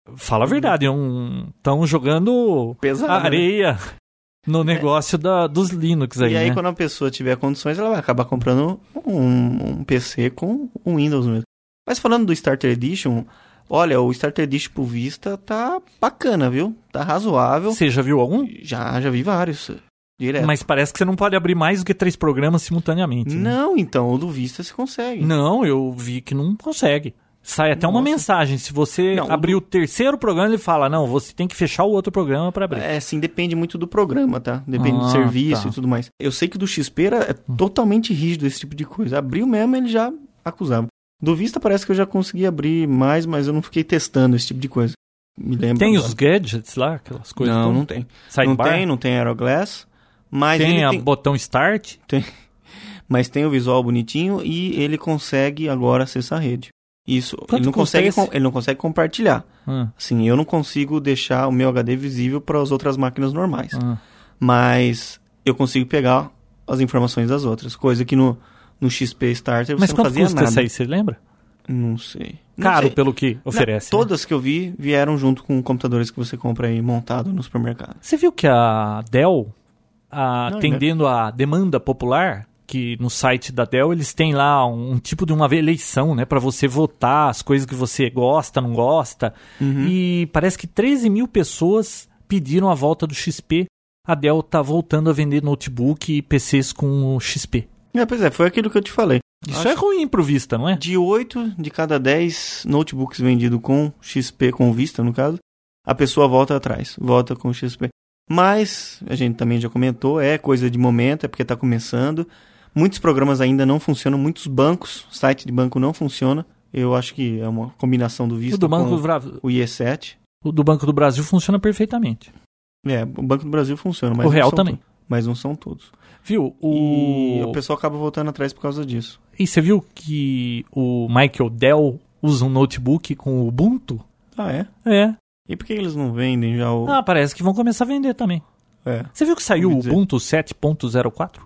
Uhum.
Fala a verdade, estão jogando
Pesado, né?
areia no negócio da, dos Linux aí,
É. E aí,
né?
quando a pessoa tiver condições, ela vai acabar comprando um, um PC com um Windows mesmo. Mas falando do Starter Edition, olha, o Starter Edition pro Vista tá bacana, viu? Tá razoável.
Você já viu algum?
Já, já vi vários. eh, Direto.
Mas parece que você não pode abrir mais do que três programas simultaneamente. né?
Não, então, o do Vista você consegue.
Não, eu vi que não consegue. Sai até uma
Nossa.
mensagem. Se você
Não,
abrir o terceiro programa, ele fala: não, você tem que fechar o outro programa para abrir.
É, sim, depende muito do programa, tá? Depende
Ah,
do serviço
tá. Hum.
e tudo mais. Eu sei que o do XP era é totalmente rígido esse tipo de coisa. Abriu mesmo, ele já acusava. Do Vista parece que eu já consegui abrir mais, mas eu não fiquei testando esse tipo de coisa. Me lembro.
Tem
agora.
os gadgets lá, aquelas coisas.
Não,
todas?
não tem. não
Sidebar?
tem, não tem Aeroglass. Mas
Tem
ele
a
tem,
botão start.
mas tem o visual bonitinho e ele consegue agora acessar a rede. Isso,
Quanto
ele não
custa
consegue,
esse?
com- ele não consegue compartilhar.
Ah,
Assim, eu não consigo deixar o meu HD visível para as outras máquinas normais.
ah.
Mas eu consigo pegar as informações das outras, coisa que no no XP Starter você
Mas
não
quanto
fazia
custa
nada.
essa aí, você lembra?
Não sei. Não
Caro
sei.
pelo que
Não,
oferece. né?
todas que eu vi vieram junto com computadores que você compra aí montado no supermercado.
Você viu que a Dell, a-
Não,
atendendo à demanda popular, que no site da Dell eles têm lá um, um tipo de uma eleição, né? Pra você votar as coisas que você gosta, não gosta.
Hum?
E parece que 13 mil pessoas pediram a volta do XP. A Dell tá voltando a vender notebook e PCs com o XP.
É, pois é, foi aquilo que eu te falei.
Isso
Acho-
é ruim pro Vista, não é?
De 8 de cada 10 notebooks vendidos com XP, com Vista no caso, a pessoa volta atrás, volta com XP. Mas, a gente também já comentou, é coisa de momento, é porque está começando. Muitos programas ainda não funcionam, muitos bancos, site de banco não funciona. Eu acho que é uma combinação do visto
O do Banco,
com
do, Bra-
o IE7.
o do Banco do Brasil funciona perfeitamente.
É, o Banco do Brasil funciona, mas
o
não
Real
são
também.
to- Mas não são todos.
Viu?
E
O...
o pessoal acaba voltando atrás por causa disso.
E você viu que o Michael Dell usa um notebook com o Ubuntu?
Ah, é?
É.
E por que eles não vendem já o.
Ah, parece que vão começar a vender também.
É.
Você viu que saiu o
Ouvi dizer.
Ubuntu 7.04?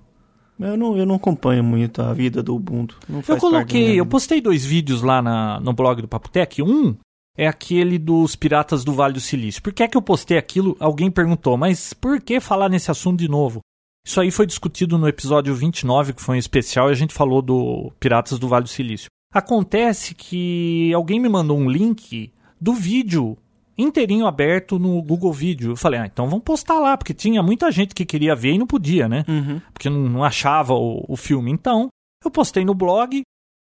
Eu não, eu não acompanho muito a vida do Ubuntu. Não
Eu
faz parte da minha
coloquei, eu
vida.
postei dois vídeos lá na- no blog do Papotec. Um é aquele dos piratas do Vale do Silício. Por que é que eu postei aquilo? Alguém perguntou, mas por que falar nesse assunto de novo? Isso aí foi discutido no episódio 29, que foi um especial, e a gente falou do Piratas do Vale do Silício. Acontece que alguém me mandou um link do vídeo inteirinho aberto no Google Vídeo. Eu falei, ah, então vamos postar lá, porque tinha muita gente que queria ver e não podia, né?
Uhum.
porque eu não, não achava o, o filme. Então, eu postei no blog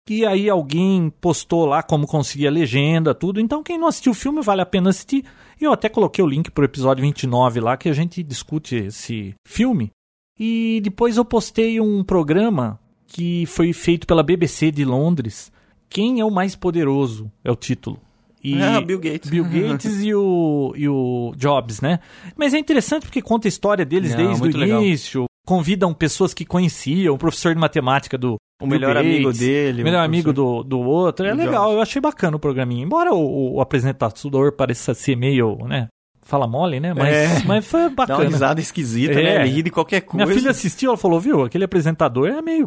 e aí alguém postou lá como conseguir a legenda, tudo. Então, quem não assistiu o filme vale a pena assistir. E eu até coloquei o link pro episódio 29 lá que a gente discute esse filme. E depois eu postei um programa que foi feito pela BBC de Londres. Quem é o mais poderoso? É o título. Uhum. E
Ah, Bill Gates.
Bill Gates e o, e o Jobs, né? Mas é interessante porque conta a história deles
Não,
desde o
muito legal.
início. Convidam pessoas que conheciam, o professor de matemática do
O melhor
Bill
amigo
Gates,
dele.
o
o
melhor
é um professor-
amigo do, do outro. É
Do
legal,
Jobs.
eu achei bacana o programinha. Embora o, o apresentador pareça ser meio, né? Fala mole, né? Mas,
É.
mas foi
Dá uma
bacana.
risada esquisita,
É.
né? Ele ri de qualquer coisa.
Minha filha assistiu, ela falou, viu, aquele apresentador é meio.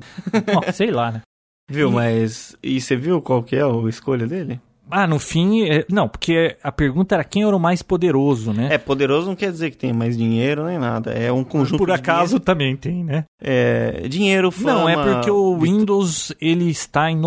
Ó, sei lá, né?
Viu, mas. E você viu qual que é a escolha dele?
Ah, no fim. é- Não, porque a pergunta era quem era o mais poderoso, né?
É, poderoso não quer dizer que tem mais dinheiro nem nada. É um conjunto
Por
de
acaso também tem, né?
dinheiro- é, dinheiro, fama...
Não, é porque o
vit-
Windows ele está em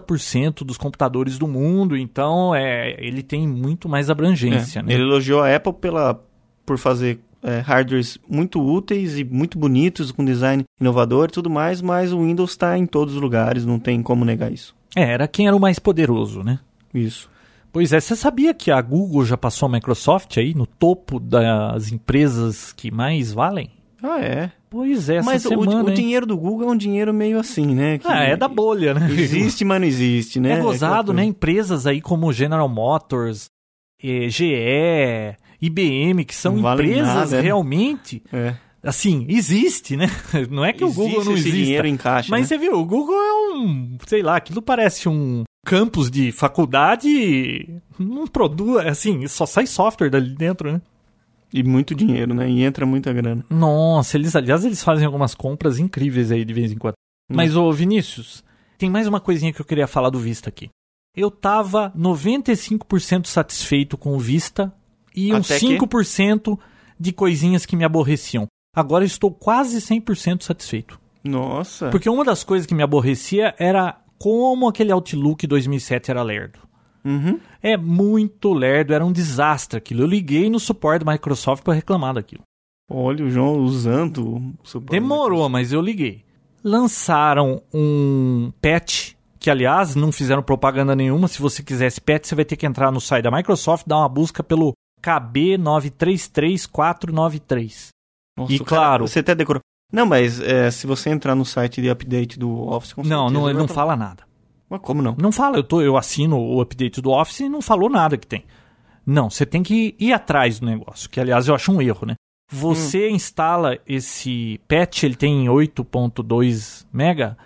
90% dos computadores do mundo, então é, ele tem muito mais abrangência,
É,
né?
Ele elogiou a Apple pela, por fazer é, hardwares muito úteis e muito bonitos, com design inovador e tudo mais, mas o Windows está em todos os lugares, não tem como negar isso.
É, era quem era o mais poderoso, né?
Isso.
Pois é, você sabia que a Google já passou a Microsoft aí no topo das empresas que mais valem?
Ah, é.
Pois é, essa
mas o-
semana,
o,
hein?
dinheiro do Google é um dinheiro meio assim, né? que
Ah, é da bolha, né?
Existe, mas não existe, né?
É gozado,
aquela
né?
coisa.
Empresas aí como General Motors, eh, GE, IBM, que são
Não vale
empresas
nada, né?
realmente
É.
assim, existe, né? Não é que o Google não
esse
existe.
dinheiro em caixa,
mas
né?
você viu, o Google é um, sei lá, aquilo parece um campus de faculdade, não produz, assim, só sai software dali dentro, né?
E muito dinheiro, né? E entra muita grana.
Nossa, eles, aliás, eles fazem algumas compras incríveis aí de vez em quando.
Hum.
Mas, ô Vinícius, tem mais uma coisinha que eu queria falar do Vista aqui. Eu tava 95% satisfeito com o Vista e uns
Até que-
5% de coisinhas que me aborreciam. Agora eu estou quase 100% satisfeito.
Nossa.
Porque uma das coisas que me aborrecia era como aquele Outlook 2007 era lerdo.
Uhum.
É muito lerdo, era um desastre aquilo. Eu liguei no suporte da Microsoft para reclamar daquilo.
Olha o João usando. o suporte.
Demorou, mas eu liguei. Lançaram um patch, que aliás não fizeram propaganda nenhuma. Se você quiser esse patch, você vai ter que entrar no site da Microsoft, dar uma busca pelo KB933493.
Nossa,
E
o cara-
claro-
Você até decorou. Não, mas é, se você entrar no site de update do Office, com
Não,
certeza
não,
vai tá
ele não
pra-
fala nada.
Mas como não?
Não fala, eu, tô, eu assino o update do Office e não falou nada que tem. Não, você tem que ir atrás do negócio, que aliás eu acho um erro, né? Você instala esse patch, ele tem 8.2 mega.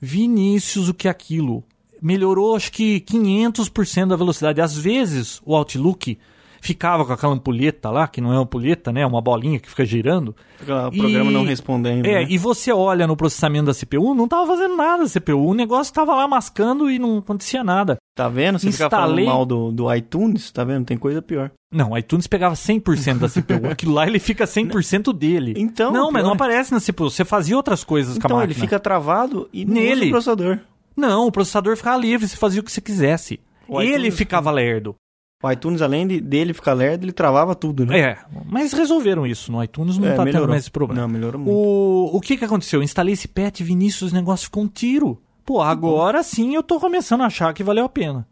Vinícius, o que é aquilo? Melhorou acho que 500% da velocidade. Às vezes o Outlook ficava com aquela ampulheta lá, que não é ampulheta, né? É uma bolinha que fica girando.
Claro, O programa
E-
não respondendo.
É,
né?
e você olha no processamento da CPU, não tava fazendo nada a CPU. O negócio tava lá mascando e não acontecia nada.
Tá vendo? Você fica
instalei-
falando mal do, do iTunes, tá vendo? Tem coisa pior.
Não, o iTunes pegava 100% da CPU. Aquilo lá ele fica 100% dele.
Então,
Não, mas
pior.
não aparece na CPU. Você fazia outras coisas com a
Então ele
máquina.
fica travado e não usa
né? Nele.
o processador.
Não, o processador ficava livre, você fazia o que você quisesse.
O
ele
iTunes-
ficava lerdo.
O iTunes, além de, dele ficar lerdo, ele travava tudo, né?
É, mas resolveram isso. No iTunes não
É,
tá
melhorou.
tendo mais esse problema.
Não, melhorou muito.
O, o que que aconteceu? Eu instalei esse patch, Vinícius, o negócio ficou um tiro. Pô, agora sim eu tô começando a achar que valeu a pena.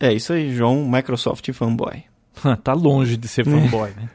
É isso aí, João, Microsoft fanboy.
tá longe de ser fanboy, né?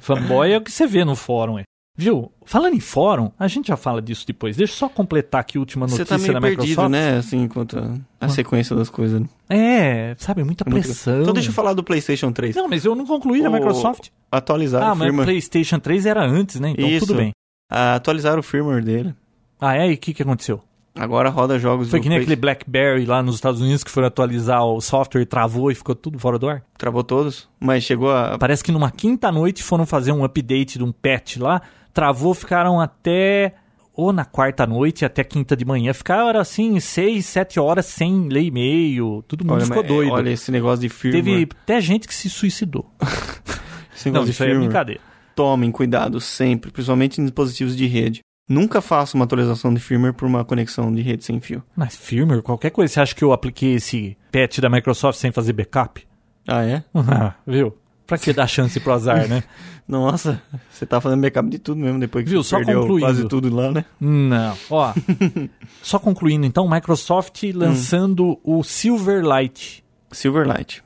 fanboy é o que você vê no fórum, é. Viu? Falando em fórum, a gente já fala disso depois. Deixa eu só completar aqui a última
Você
notícia
tá meio
da
perdido,
Microsoft.
né? Assim, quanto a, a sequência das coisas.
É, sabe, muita
É muito-
pressão.
Então deixa eu falar do PlayStation 3.
Não, mas eu não concluí da
O-
Microsoft.
Atualizaram
Ah,
o
mas o
firmware.
PlayStation 3 era antes, né? Então
tá, Isso.
tudo bem.
Ah, atualizaram o firmware dele.
Ah, é? E o que, que aconteceu?
Agora roda jogos
Foi
do
que nem
Play-
aquele BlackBerry lá nos Estados Unidos que foram atualizar o software e travou e ficou tudo fora do ar?
Travou todos, mas chegou a...
Parece que numa quinta noite foram fazer um update de um patch lá, travou, ficaram até. ou na quarta noite, até quinta de manhã. Ficaram assim, seis, sete horas sem ler e-mail, todo mundo ficou
mas- é,
doido.
olha esse negócio de firmware.
Teve até gente que se suicidou.
Esse negócio
Não,
de
isso aí é
firmware.
brincadeira.
Tomem cuidado sempre, principalmente em dispositivos de rede. Nunca faça uma atualização de firmware por uma conexão de rede sem fio.
Mas firmware, qualquer coisa. Você acha que eu apliquei esse patch da Microsoft sem fazer backup?
Ah, é?
Ah, Viu? Pra que dar chance pro azar, né?
Nossa, você tá fazendo backup de tudo mesmo depois que
Viu,
você
só
perdeu
concluindo.
quase tudo lá, né?
Não. Ó, só concluindo então, Microsoft lançando o Silverlight.
Silverlight.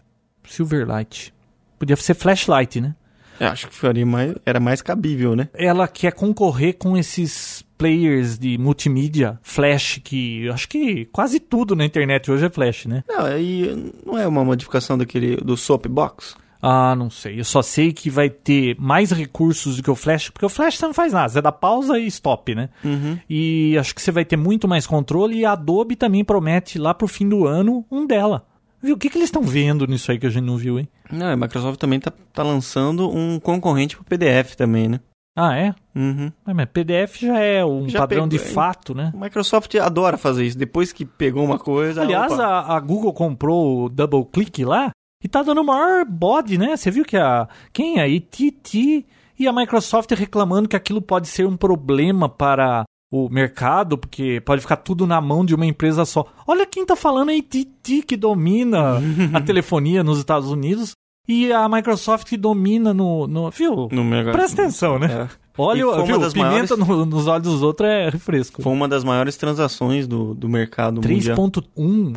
Silverlight. Podia ser flashlight, né?
Eu acho que faria mais, era mais cabível, né?
Ela quer concorrer com esses players de multimídia, flash, que eu acho que quase tudo na internet hoje é flash, né?
Não, aí não é uma modificação daquele do Soapbox?
Ah, não sei. Eu só sei que vai ter mais recursos do que o Flash, porque o Flash você não faz nada, você dá pausa e stop, né?
Uhum.
E acho que você vai ter muito mais controle e a Adobe também promete lá pro fim do ano um dela. Viu? O que, que eles estão vendo nisso aí que a gente não viu, hein?
Não, a Microsoft também tá, tá lançando um concorrente pro PDF também, né?
Ah, é?
Uhum.
Ah, Mas PDF já é um
Já
padrão de
pegou, hein?
fato, né?
A Microsoft adora fazer isso. Depois que pegou uma coisa.
Aliás,
opa.
a, a Google comprou o Double Click lá e tá dando o maior bode, né? Você viu que a. Quem? A ITT e a Microsoft reclamando que aquilo pode ser um problema para o mercado, porque pode ficar tudo na mão de uma empresa só. Olha quem tá falando a ITT que domina a telefonia nos Estados Unidos e a Microsoft que domina no. no viu?
No meu-
Presta atenção, né?
É. E
Olha,
foi uma
viu,
das maiores-
pimenta no- nos olhos dos outros é fresco.
Foi uma das maiores transações do, do mercado mundial.
3.1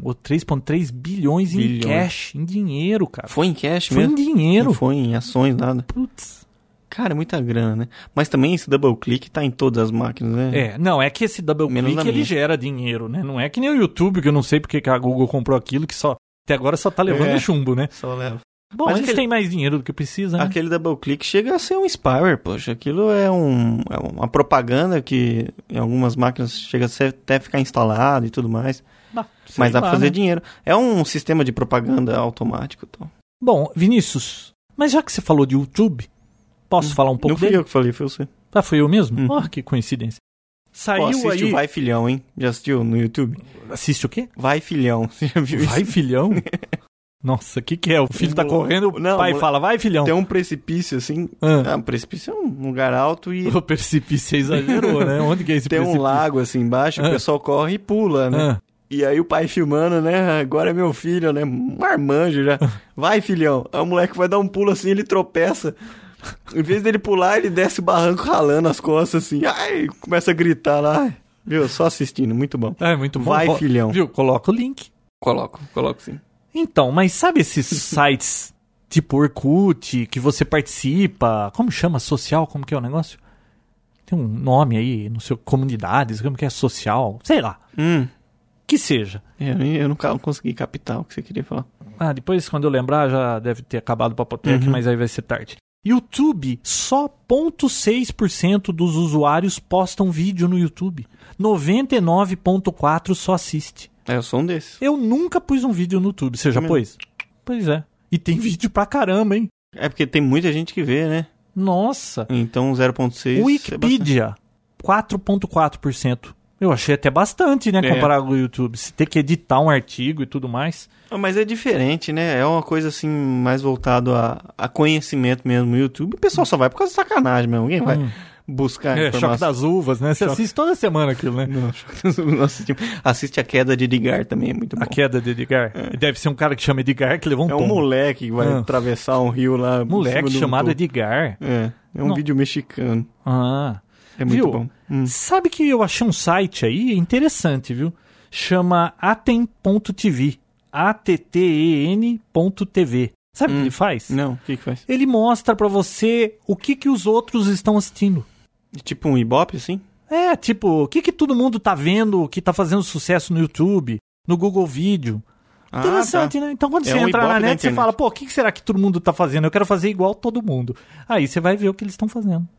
ou 3.3 bilhões em
Bilhões.
cash, em dinheiro, cara.
Foi em cash
Foi um em
mesmo? Não
dinheiro.
foi em ações, nada.
Putz.
Cara, é muita grana, né? Mas também esse double click tá em todas as máquinas, né?
É, não, é que esse double
Menos
click
na
ele
minha.
gera dinheiro, né? Não é que nem o YouTube, que eu não sei porque que a Google comprou aquilo, que só até agora só tá levando
É.
chumbo, né?
Só leva.
Bom,
Mas
eles
aquele-
têm mais dinheiro do que precisa, né?
Aquele double click chega a ser um spyware, poxa. Aquilo é, um, é uma propaganda que em algumas máquinas chega a ser, até ficar instalado e tudo mais.
Bah, sei
Mas dá
lá,
pra fazer
né?
dinheiro. É um sistema de propaganda automático. Então.
Bom, Vinícius, mas já que você falou de YouTube, posso falar um pouco
Hum, Não fui
dele?
eu que falei, foi você.
Ah, foi eu mesmo?
Uhum.
Ah, que coincidência.
Pô,
Saiu
assiste
aí...
o Vai Filhão, hein? Já assistiu no YouTube?
Assiste o quê?
Vai Filhão. Você já viu
Vai,
isso?
filhão? Nossa, o que que é? O filho tá
Mo-
correndo, o
Não,
pai
mo-
fala, vai, filhão.
Tem um precipício assim.
Ah.
Ah, um precipício é um lugar alto e
O precipício você exagerou, né? Onde que é esse
tem
precipício?
um lago assim embaixo.
Ah.
O pessoal corre e pula, né?
Ah,
E aí o pai filmando, né? Agora é meu filho, né? Marmanjo já. Vai, filhão. Aí o moleque vai dar um pulo assim, ele tropeça. Em vez dele pular, ele desce o barranco ralando as costas assim. Ai, começa a gritar lá. Ai, Viu? Só assistindo, muito bom.
é muito bom.
Vai,
Ó,
filhão.
Viu? Coloca o link.
Coloco, coloco sim.
Então, mas sabe esses sites tipo Orkut, que você participa, como chama? Social, como que é o negócio? Tem um nome aí, não sei, comunidades, como que é social, sei lá,
Hum.
que seja.
Eu, eu nunca consegui captar o que você queria falar.
Ah, depois quando eu lembrar já deve ter acabado o Papotec, mas aí vai ser tarde. YouTube, só 0,6% dos usuários postam vídeo no YouTube. 99,4% só assiste.
É, eu sou um desses.
Eu nunca pus um vídeo no YouTube. Você já
Também
pôs? Pois é. E tem vídeo pra caramba, hein?
É porque tem muita gente que vê, né?
Nossa.
Então 0.6.
Wikipedia, 4,4%. Eu achei até bastante, né?
É.
Comparado com o YouTube. Se ter que editar um artigo e tudo mais.
Ah, Mas é diferente, né? É uma coisa assim, mais voltado a, a conhecimento mesmo. O YouTube, o pessoal só vai por causa de sacanagem mesmo. Alguém vai buscar
Hum. É, choque
informação.
das uvas, né? Você assiste toda semana aquilo, né?
Não, choque das... Não assistimos. tipo, Assiste a queda de Edgar também, é muito bom.
A queda de Edgar. Deve ser um cara que chama Edgar que levou um
É um
tombo.
moleque que vai
Ah.
atravessar um rio lá. em
Moleque
cima de um
chamado
topo.
Edgar.
É, é um
Não.
vídeo mexicano.
Ah.
É muito
Viu?
bom. Hum.
Sabe que eu achei um site aí interessante, viu? Chama aten.tv. A-T-T-E-N.tv. Sabe o
Hum.
que ele faz?
Não, o que que faz?
Ele mostra pra você o que, que os outros estão assistindo.
Tipo um ibope, assim?
É, tipo, o que, que todo mundo tá vendo que tá fazendo sucesso no YouTube, no Google Vídeo.
Ah,
Interessante, né? Então quando
É
você
um
entra
ibope
na
da
net, você
internet.
fala, pô, o que, que será que todo mundo tá fazendo? Eu quero fazer igual todo mundo. Aí você vai ver o que eles estão fazendo.
Tá.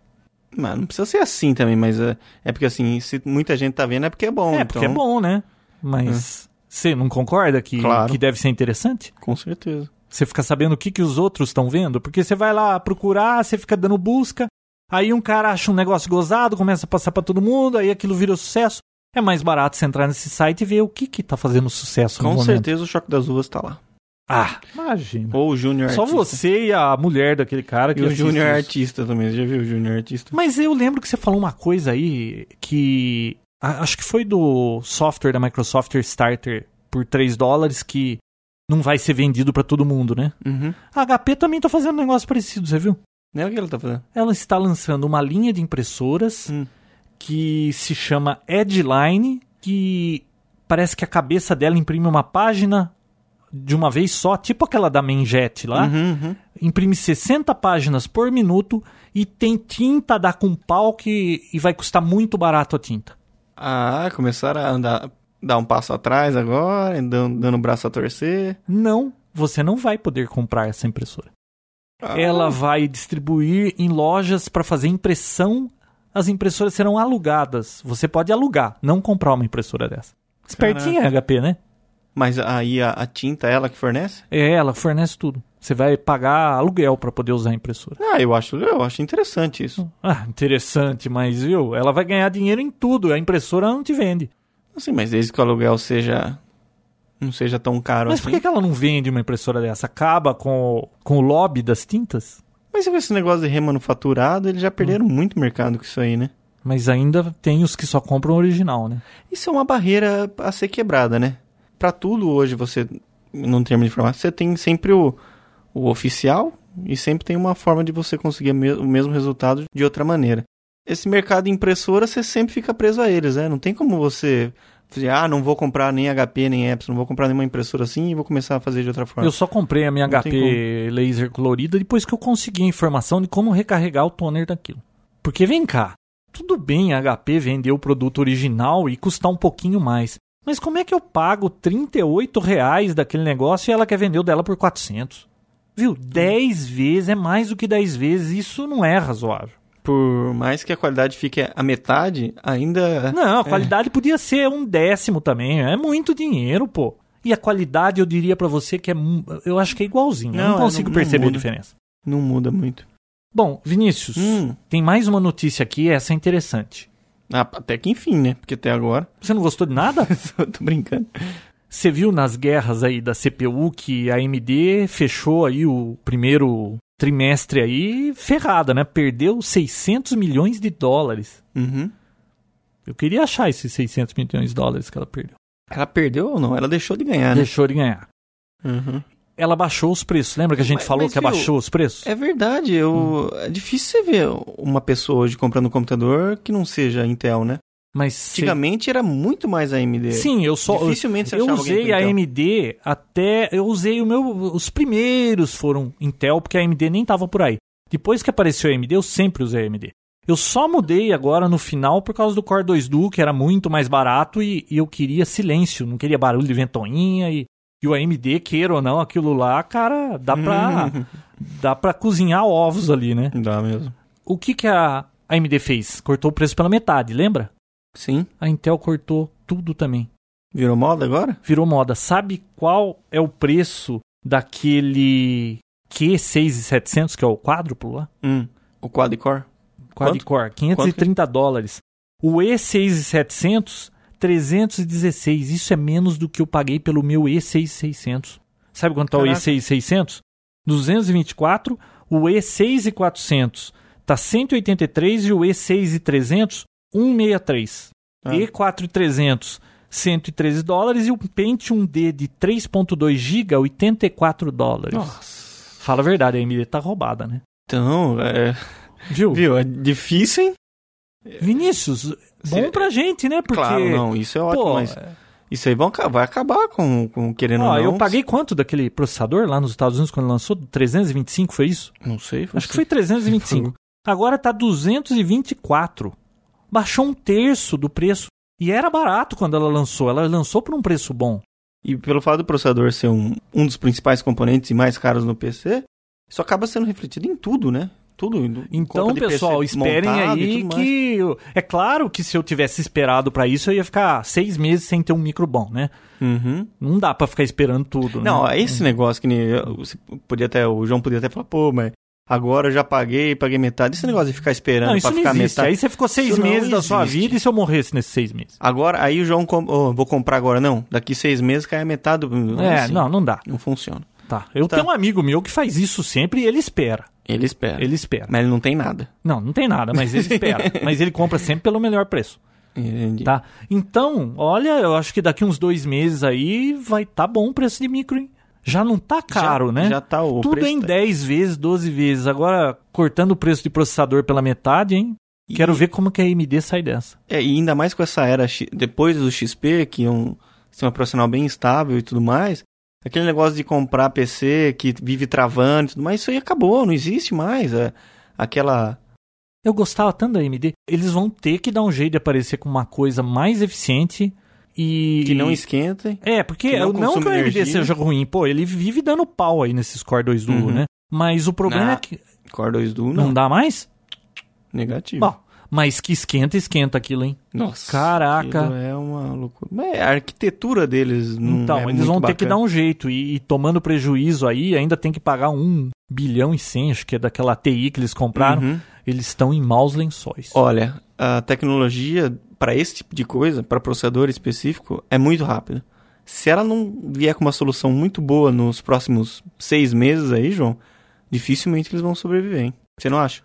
Mas não precisa ser assim também, mas é, é porque assim, se muita gente tá vendo é porque é bom.
é,
então, É.
porque é bom, né? Mas você não concorda que,
Claro.
que deve ser interessante?
Com certeza.
Você fica sabendo o que, que os outros estão vendo? Porque você vai lá procurar, você fica dando busca, aí um cara acha um negócio gozado, começa a passar pra todo mundo, aí aquilo vira sucesso. É mais barato você entrar nesse site e ver o que que tá fazendo sucesso no
Com
momento.
certeza o Choque das Uvas tá lá.
Ah, imagina.
Ou o Júnior
Só
Artista.
você e a mulher daquele cara que
E o
assiste
Júnior
isso.
Artista também. Você já viu o Júnior Artista?
Mas eu lembro que você falou uma coisa aí que. a- Acho que foi do software da Microsoft Starter por 3 dólares que não vai ser vendido pra todo mundo, né?
Uhum.
A HP também tá fazendo um negócio parecido, você viu?
Não é o que ele tá fazendo?
Ela está lançando uma linha de impressoras
Hum.
que se chama Edline, que parece que a cabeça dela imprime uma página de uma vez só, tipo aquela da Menjet lá
Uhum, uhum.
imprime 60 páginas por minuto e tem tinta da com pau que e vai custar muito barato a tinta.
Ah, começaram a andar, dar um passo atrás agora, dando, dando o braço a torcer.
Não, você não vai poder comprar essa impressora.
Ah,
Ela vai distribuir em lojas para fazer impressão. As impressoras serão alugadas. Você pode alugar, não comprar uma impressora dessa. Espertinha a HP, né?
Mas aí a, a tinta é ela que fornece?
É, ela fornece tudo. Você vai pagar aluguel para poder usar a impressora.
Ah, eu acho, eu acho interessante isso.
Ah, interessante, mas viu? Ela vai ganhar dinheiro em tudo. A impressora não te vende.
Assim, mas desde que o aluguel seja. não seja tão caro
Mas por
assim.
que, que ela não vende uma impressora dessa? Acaba com o, com o lobby das tintas?
Mas com esse negócio de remanufaturado, eles já perderam
Hum.
muito mercado com isso aí, né?
Mas ainda tem os que só compram o original, né?
Isso é uma barreira a ser quebrada, né? Pra tudo hoje você, num termo de informática, você tem sempre o, o oficial e sempre tem uma forma de você conseguir me- o mesmo resultado de outra maneira. Esse mercado de impressora, você sempre fica preso a eles, né? Não tem como você dizer, ah, não vou comprar nem HP, nem Epson, não vou comprar nenhuma impressora assim e vou começar a fazer de outra forma.
Eu só comprei a minha
Não tem
HP laser colorida depois que eu consegui a informação de como recarregar o toner daquilo. Porque vem cá, tudo bem a HP vender o produto original e custar um pouquinho mais. Mas como é que eu pago R$ 38 reais daquele negócio e ela quer vender o dela por 400? Viu? 10 vezes, é mais do que 10 vezes. Isso não é razoável.
Por mais que a qualidade fique a metade, ainda.
Não, a qualidade podia ser um décimo também. É muito dinheiro, pô. E a qualidade, eu diria pra você que é. mu- Eu acho que é igualzinho. eu
Não,
não
é,
consigo
não- não
perceber a
muda.
diferença.
Não muda muito.
Bom, Vinícius,
Hum.
tem mais uma notícia aqui, essa é interessante.
Ah, até que enfim, né? Porque até agora.
Você não gostou de nada?
Só tô brincando.
Você viu nas guerras aí da CPU que a AMD fechou aí o primeiro trimestre aí ferrada, né? Perdeu 600 milhões de dólares.
Uhum.
Eu queria achar esses 600 milhões de dólares que ela perdeu.
Ela perdeu ou não? Ela deixou de ganhar, né?
Deixou de ganhar.
Uhum.
ela baixou os preços. Lembra que a gente
Mas-
falou
mas
que Hum.
viu,
abaixou os preços?
É verdade. Eu... É difícil você ver uma pessoa hoje comprando um computador que não seja Intel, né?
Mas se-
Antigamente era muito mais então. AMD.
sim, eu só eu,
Dificilmente você
eu
achava alguém com
usei a
Intel.
AMD até eu usei o meu os primeiros foram Intel porque a AMD nem tava por aí. Depois que apareceu a AMD, eu sempre usei a AMD. Eu só mudei agora no final por causa do Core 2 Duo, que era muito mais barato e, e eu queria silêncio, não queria barulho de ventoinha e e o AMD, queira ou não, aquilo lá, cara, dá pra, dá pra cozinhar ovos ali, né?
Dá mesmo.
o que, que a AMD fez? Cortou o preço pela metade, lembra?
Sim.
A Intel cortou tudo também.
Virou moda agora?
Virou moda. Sabe qual é o preço daquele Q6700, que é o quádruplo lá?
Hum. O quad-core?
Quad-core, 530 dólares. O E6700, 316. Isso é menos do que eu paguei pelo meu E6600. Sabe quanto é o
Caraca.
E6600? 224. O E6400 tá 183 e um o E6300, 163.
Ah.
E4300, 113 dólares e o Pentium D de 3.2 GB, 84 dólares.
Nossa.
Fala a verdade, a AMD tá roubada, né?
Então, é...
Viu?
viu? É difícil, hein?
Vinícius, bom
Se-
pra gente, né? Porque,
Claro, não. Isso é
pô,
ótimo, mas... Isso aí vão, aca- vai acabar com, com querendo
Ó,
ou não.
eu paguei quanto daquele processador lá nos Estados Unidos quando lançou? 325, foi isso?
Não sei, foi-
Acho que foi 325. Agora tá 224. Baixou um terço do preço. E era barato quando ela lançou. Ela lançou por um preço bom.
E pelo fato do processador ser um, um dos principais componentes e mais caros no PC, isso acaba sendo refletido em tudo, né? Tudo. em- em
Então,
conta de PC
pessoal, esperem
montado e
aí
tudo mais.
que. eu- É claro que se eu tivesse esperado pra isso, eu ia ficar seis meses sem ter um micro bom, né?
Uhum.
Não dá pra ficar esperando tudo. né?
Não, é esse negócio que nem eu- você podia até, o João podia até falar, pô, mas agora eu já paguei, paguei metade. Esse negócio de ficar esperando
Não,
pra
isso não
ficar
existe.
metade.
Aí você ficou seis
Isso não
meses da sua
existe.
vida e se eu morresse nesses seis meses?
Agora, aí o João, com... "Ô, vou comprar agora. Não, daqui seis meses cai a metade do.
é,
assim,
não, não dá.
Não funciona.
Tá. Eu
Tá.
tenho um amigo meu que faz isso sempre e ele espera.
Ele espera.
Ele espera.
Mas ele não tem nada.
Não, não tem nada, mas ele espera. mas ele compra sempre pelo melhor preço.
Entendi.
Tá? Então, olha, eu acho que daqui uns dois meses aí vai tá bom o preço de micro, hein? Já não tá caro,
Já-
né?
já tá o
Tudo
preço
em
tá-
10 vezes, 12 vezes. Agora, cortando o preço de processador pela metade, hein? Quero ver como que a AMD sai dessa.
É, e ainda mais com essa era X- depois do XP, que é um sistema profissional bem estável e tudo mais, aquele negócio de comprar PC que vive travando e tudo mais, isso aí acabou, não existe mais. É, aquela.
Eu gostava tanto da AMD. Eles vão ter que dar um jeito de aparecer com uma coisa mais eficiente e...
que não esquenta.
É, porque
Que não
eu- não,
consome
que o AMD
energia.
seja ruim, pô, ele vive dando pau aí nesses Core 2 Duo,
Uhum.
né? Mas o problema
Na-
é que
Core 2 Duo,
não
não.
dá mais?
Negativo.
Bom, mas que esquenta, esquenta aquilo, hein?
Nossa.
Caraca.
aquilo É uma loucura. Mas é, a arquitetura deles não
Então,
é
eles vão ter que dar
um.
um jeito. E, e tomando prejuízo aí, ainda tem que pagar um bilhão e cem, acho que é daquela TI que eles
Uhum.
compraram. Eles estão em maus lençóis.
Olha, a tecnologia para esse tipo de coisa, para processador específico, é muito rápida. Se ela não vier com uma solução muito boa nos próximos seis meses aí, João, dificilmente eles vão sobreviver, hein? Você não acha?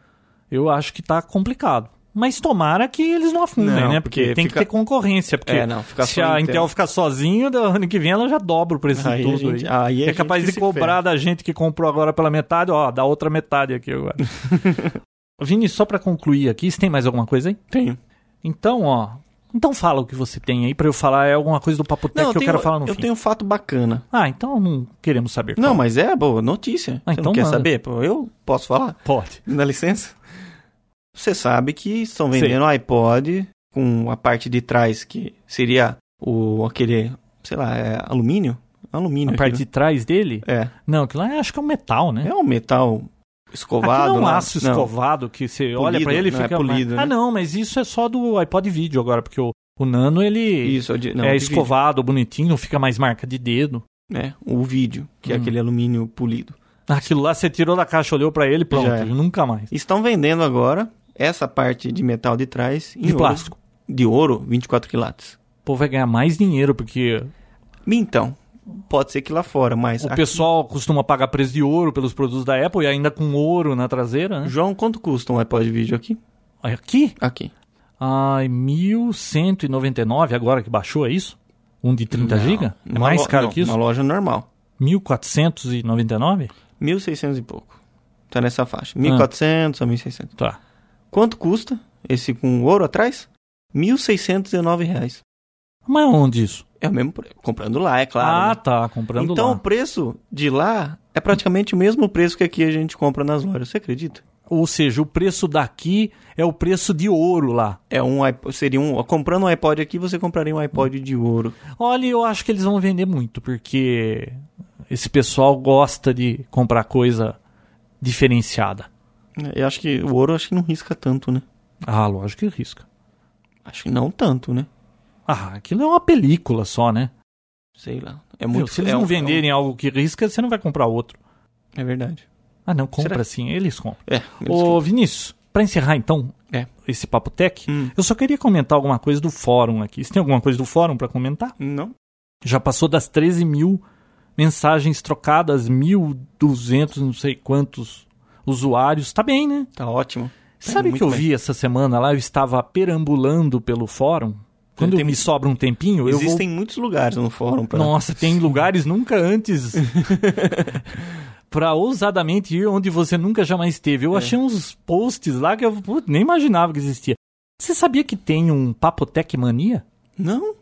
Eu acho que tá complicado. Mas tomara que eles não afundem,
Não,
né?
porque
Porque, tem
fica-
que ter concorrência. Porque
É, não, ficar
se
só Intel.
a Intel ficar sozinha, do ano que vem ela já dobra o preço de
Aí a
tudo.
gente-
aí.
aí a
é capaz
gente
de
se
cobrar da gente que comprou agora pela metade, ó, da outra metade aqui agora. Vini, só pra concluir aqui, você tem mais alguma coisa aí?
Tenho.
Então, ó. Então fala o que você tem aí pra eu falar. É alguma coisa do Papo Tech que eu quero falar no
eu
fim.
tenho um fato bacana.
Ah, então não queremos saber.
Não,
Qual.
mas é boa notícia.
Ah,
Você não
então
quer
manda.
saber? Pô, eu posso falar?
Pode.
Dá licença? Você sabe que estão
Sei.
vendendo iPod com a parte de trás que seria o aquele, sei lá, é alumínio? Alumínio.
A parte de trás dele?
aquilo. É.
Não, aquilo lá eu acho que é um metal, né?
É um metal escovado.
Aquilo é um
lá.
aço escovado que você
Polido,
olha pra ele e
não, é
fica...
polido, né?
Ah, não, mas isso é só do iPod vídeo agora, porque o, o Nano,
Não,
ele
isso, eu di- não,
é
de
escovado, bonitinho, não fica mais marca de dedo.
Vídeo, né? O vídeo, que é
Hum.
aquele alumínio polido.
Aquilo lá você tirou da caixa, olhou pra ele, pronto,
Já é.
nunca mais.
Estão vendendo agora essa parte de metal de trás em
De
ouro.
plástico.
De ouro, 24 quilates.
O povo vai ganhar mais dinheiro, porque
Então, pode ser que lá fora, mas...
o
aqui-
pessoal costuma pagar preço de ouro pelos produtos da Apple e ainda com ouro na traseira, né?
João, quanto custa um iPod vídeo aqui?
Olha Aqui,
Aqui.
ai, 1.199 agora que baixou, é isso? Um de 30
Não,
GB? É
uma
mais
lo-
caro
não,
que isso?
Uma loja normal.
1.499?
1.600 e pouco. Tá nessa
Ah.
faixa. 1.400 a 1.600.
Tá.
Quanto custa esse com ouro atrás? R$ 1.609. reais.
Mas onde isso?
É o mesmo preço. Comprando lá, é claro.
ah,
né?
tá, comprando
Então o
lá.
preço de lá é praticamente o mesmo preço que aqui a gente compra nas lojas. Você acredita?
Ou seja, o preço daqui é o preço de ouro lá.
É um iPod- seria um comprando um iPod aqui você compraria um iPod de ouro.
Olha, eu acho que eles vão vender muito, porque esse pessoal gosta de comprar coisa diferenciada.
É, Eu acho que o ouro acho que não risca tanto, né?
Ah, lógico que risca.
Acho que não tanto, né?
Ah, aquilo é uma película só, né?
Sei lá. É muito.
Se eles
é um-
não
é um-
venderem algo que risca, você não vai comprar outro.
É verdade.
Ah, não, compra
Será?
sim, eles compram.
É.
Ô, Vinícius, pra encerrar então
É.
esse Papo Tech,
Hum.
eu só queria comentar alguma coisa do fórum aqui. Você tem alguma coisa do fórum pra comentar?
Não.
já passou das 13 mil mensagens trocadas, 1.200, não sei quantos usuários. Tá bem, né?
Tá ótimo.
Sabe o
muito
que eu
bem.
vi essa semana lá? Eu estava perambulando pelo fórum. Quando
Tem-
me sobra um tempinho, eu vou.
Existem muitos lugares no fórum pra
Nossa, tem lugares nunca antes. Pra ousadamente ir onde você nunca jamais esteve.
É.
Eu achei uns posts lá que eu putz, nem imaginava que existia. Você sabia que tem um Papotec Mania?
Não?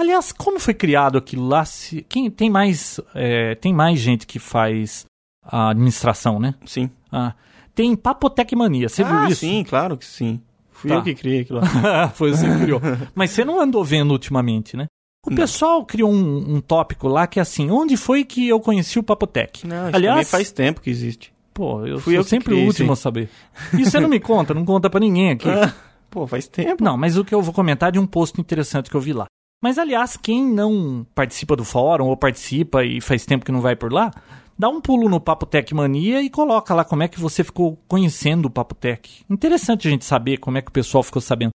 Aliás, como foi criado aquilo lá? Se- quem tem mais é, tem mais gente que faz a administração, né?
Sim.
Ah, tem Papotecmania, você
ah,
viu isso?
sim, claro que sim. Fui
Tá.
eu que criei aquilo lá.
Foi você que criou. Mas você não andou vendo ultimamente, né? O
Não.
pessoal criou um, um tópico lá que é assim, onde foi que eu conheci o Papotec?
Não, isso também
Aliás,
faz tempo que existe.
pô, eu
fui
sou
eu que
sempre o
criei isso
último
aí.
a saber. E você não me conta, não conta pra ninguém aqui.
Ah. Pô, faz tempo.
Não, mas o que eu vou comentar é de um post interessante que eu vi lá. Mas, aliás, quem não participa do fórum ou participa e faz tempo que não vai por lá, dá um pulo no Papo Tech Mania e coloca lá como é que você ficou conhecendo o Papo Tech. Interessante a gente saber como é que o pessoal ficou sabendo.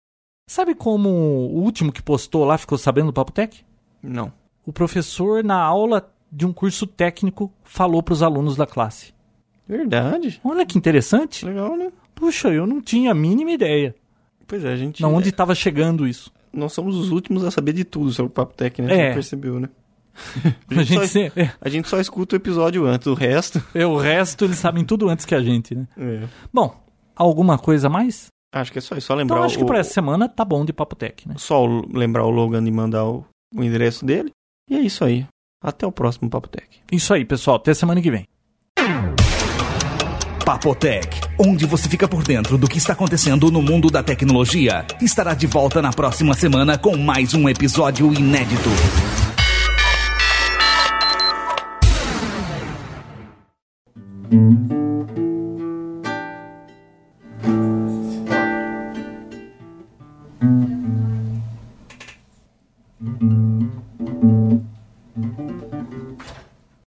Sabe como o último que postou lá ficou sabendo do Papo Tech?
Não.
O professor, na aula de um curso técnico, falou para os alunos da classe.
Verdade.
Olha que interessante.
Legal, né?
Puxa, eu não tinha a mínima ideia
Pois é, a gente. é,
de onde estava chegando isso.
Nós somos os últimos a saber de tudo sobre o Papo Tech, né?
É.
Você percebeu, né?
A gente,
só-
se- é.
A gente só escuta o episódio antes, o resto.
É, o resto eles sabem tudo antes que a gente, né?
É.
Bom, alguma coisa a mais?
Acho que é só isso. Só lembrar
Então acho que
o,
pra essa semana tá bom de Papo Tech, né?
Só o- lembrar o Logan de mandar o, o endereço dele. E é isso aí. Até o próximo Papo Tech.
Isso aí, pessoal. Até semana que vem.
Papotec, onde você fica por dentro do que está acontecendo no mundo da tecnologia, estará de volta na próxima semana com mais um episódio inédito.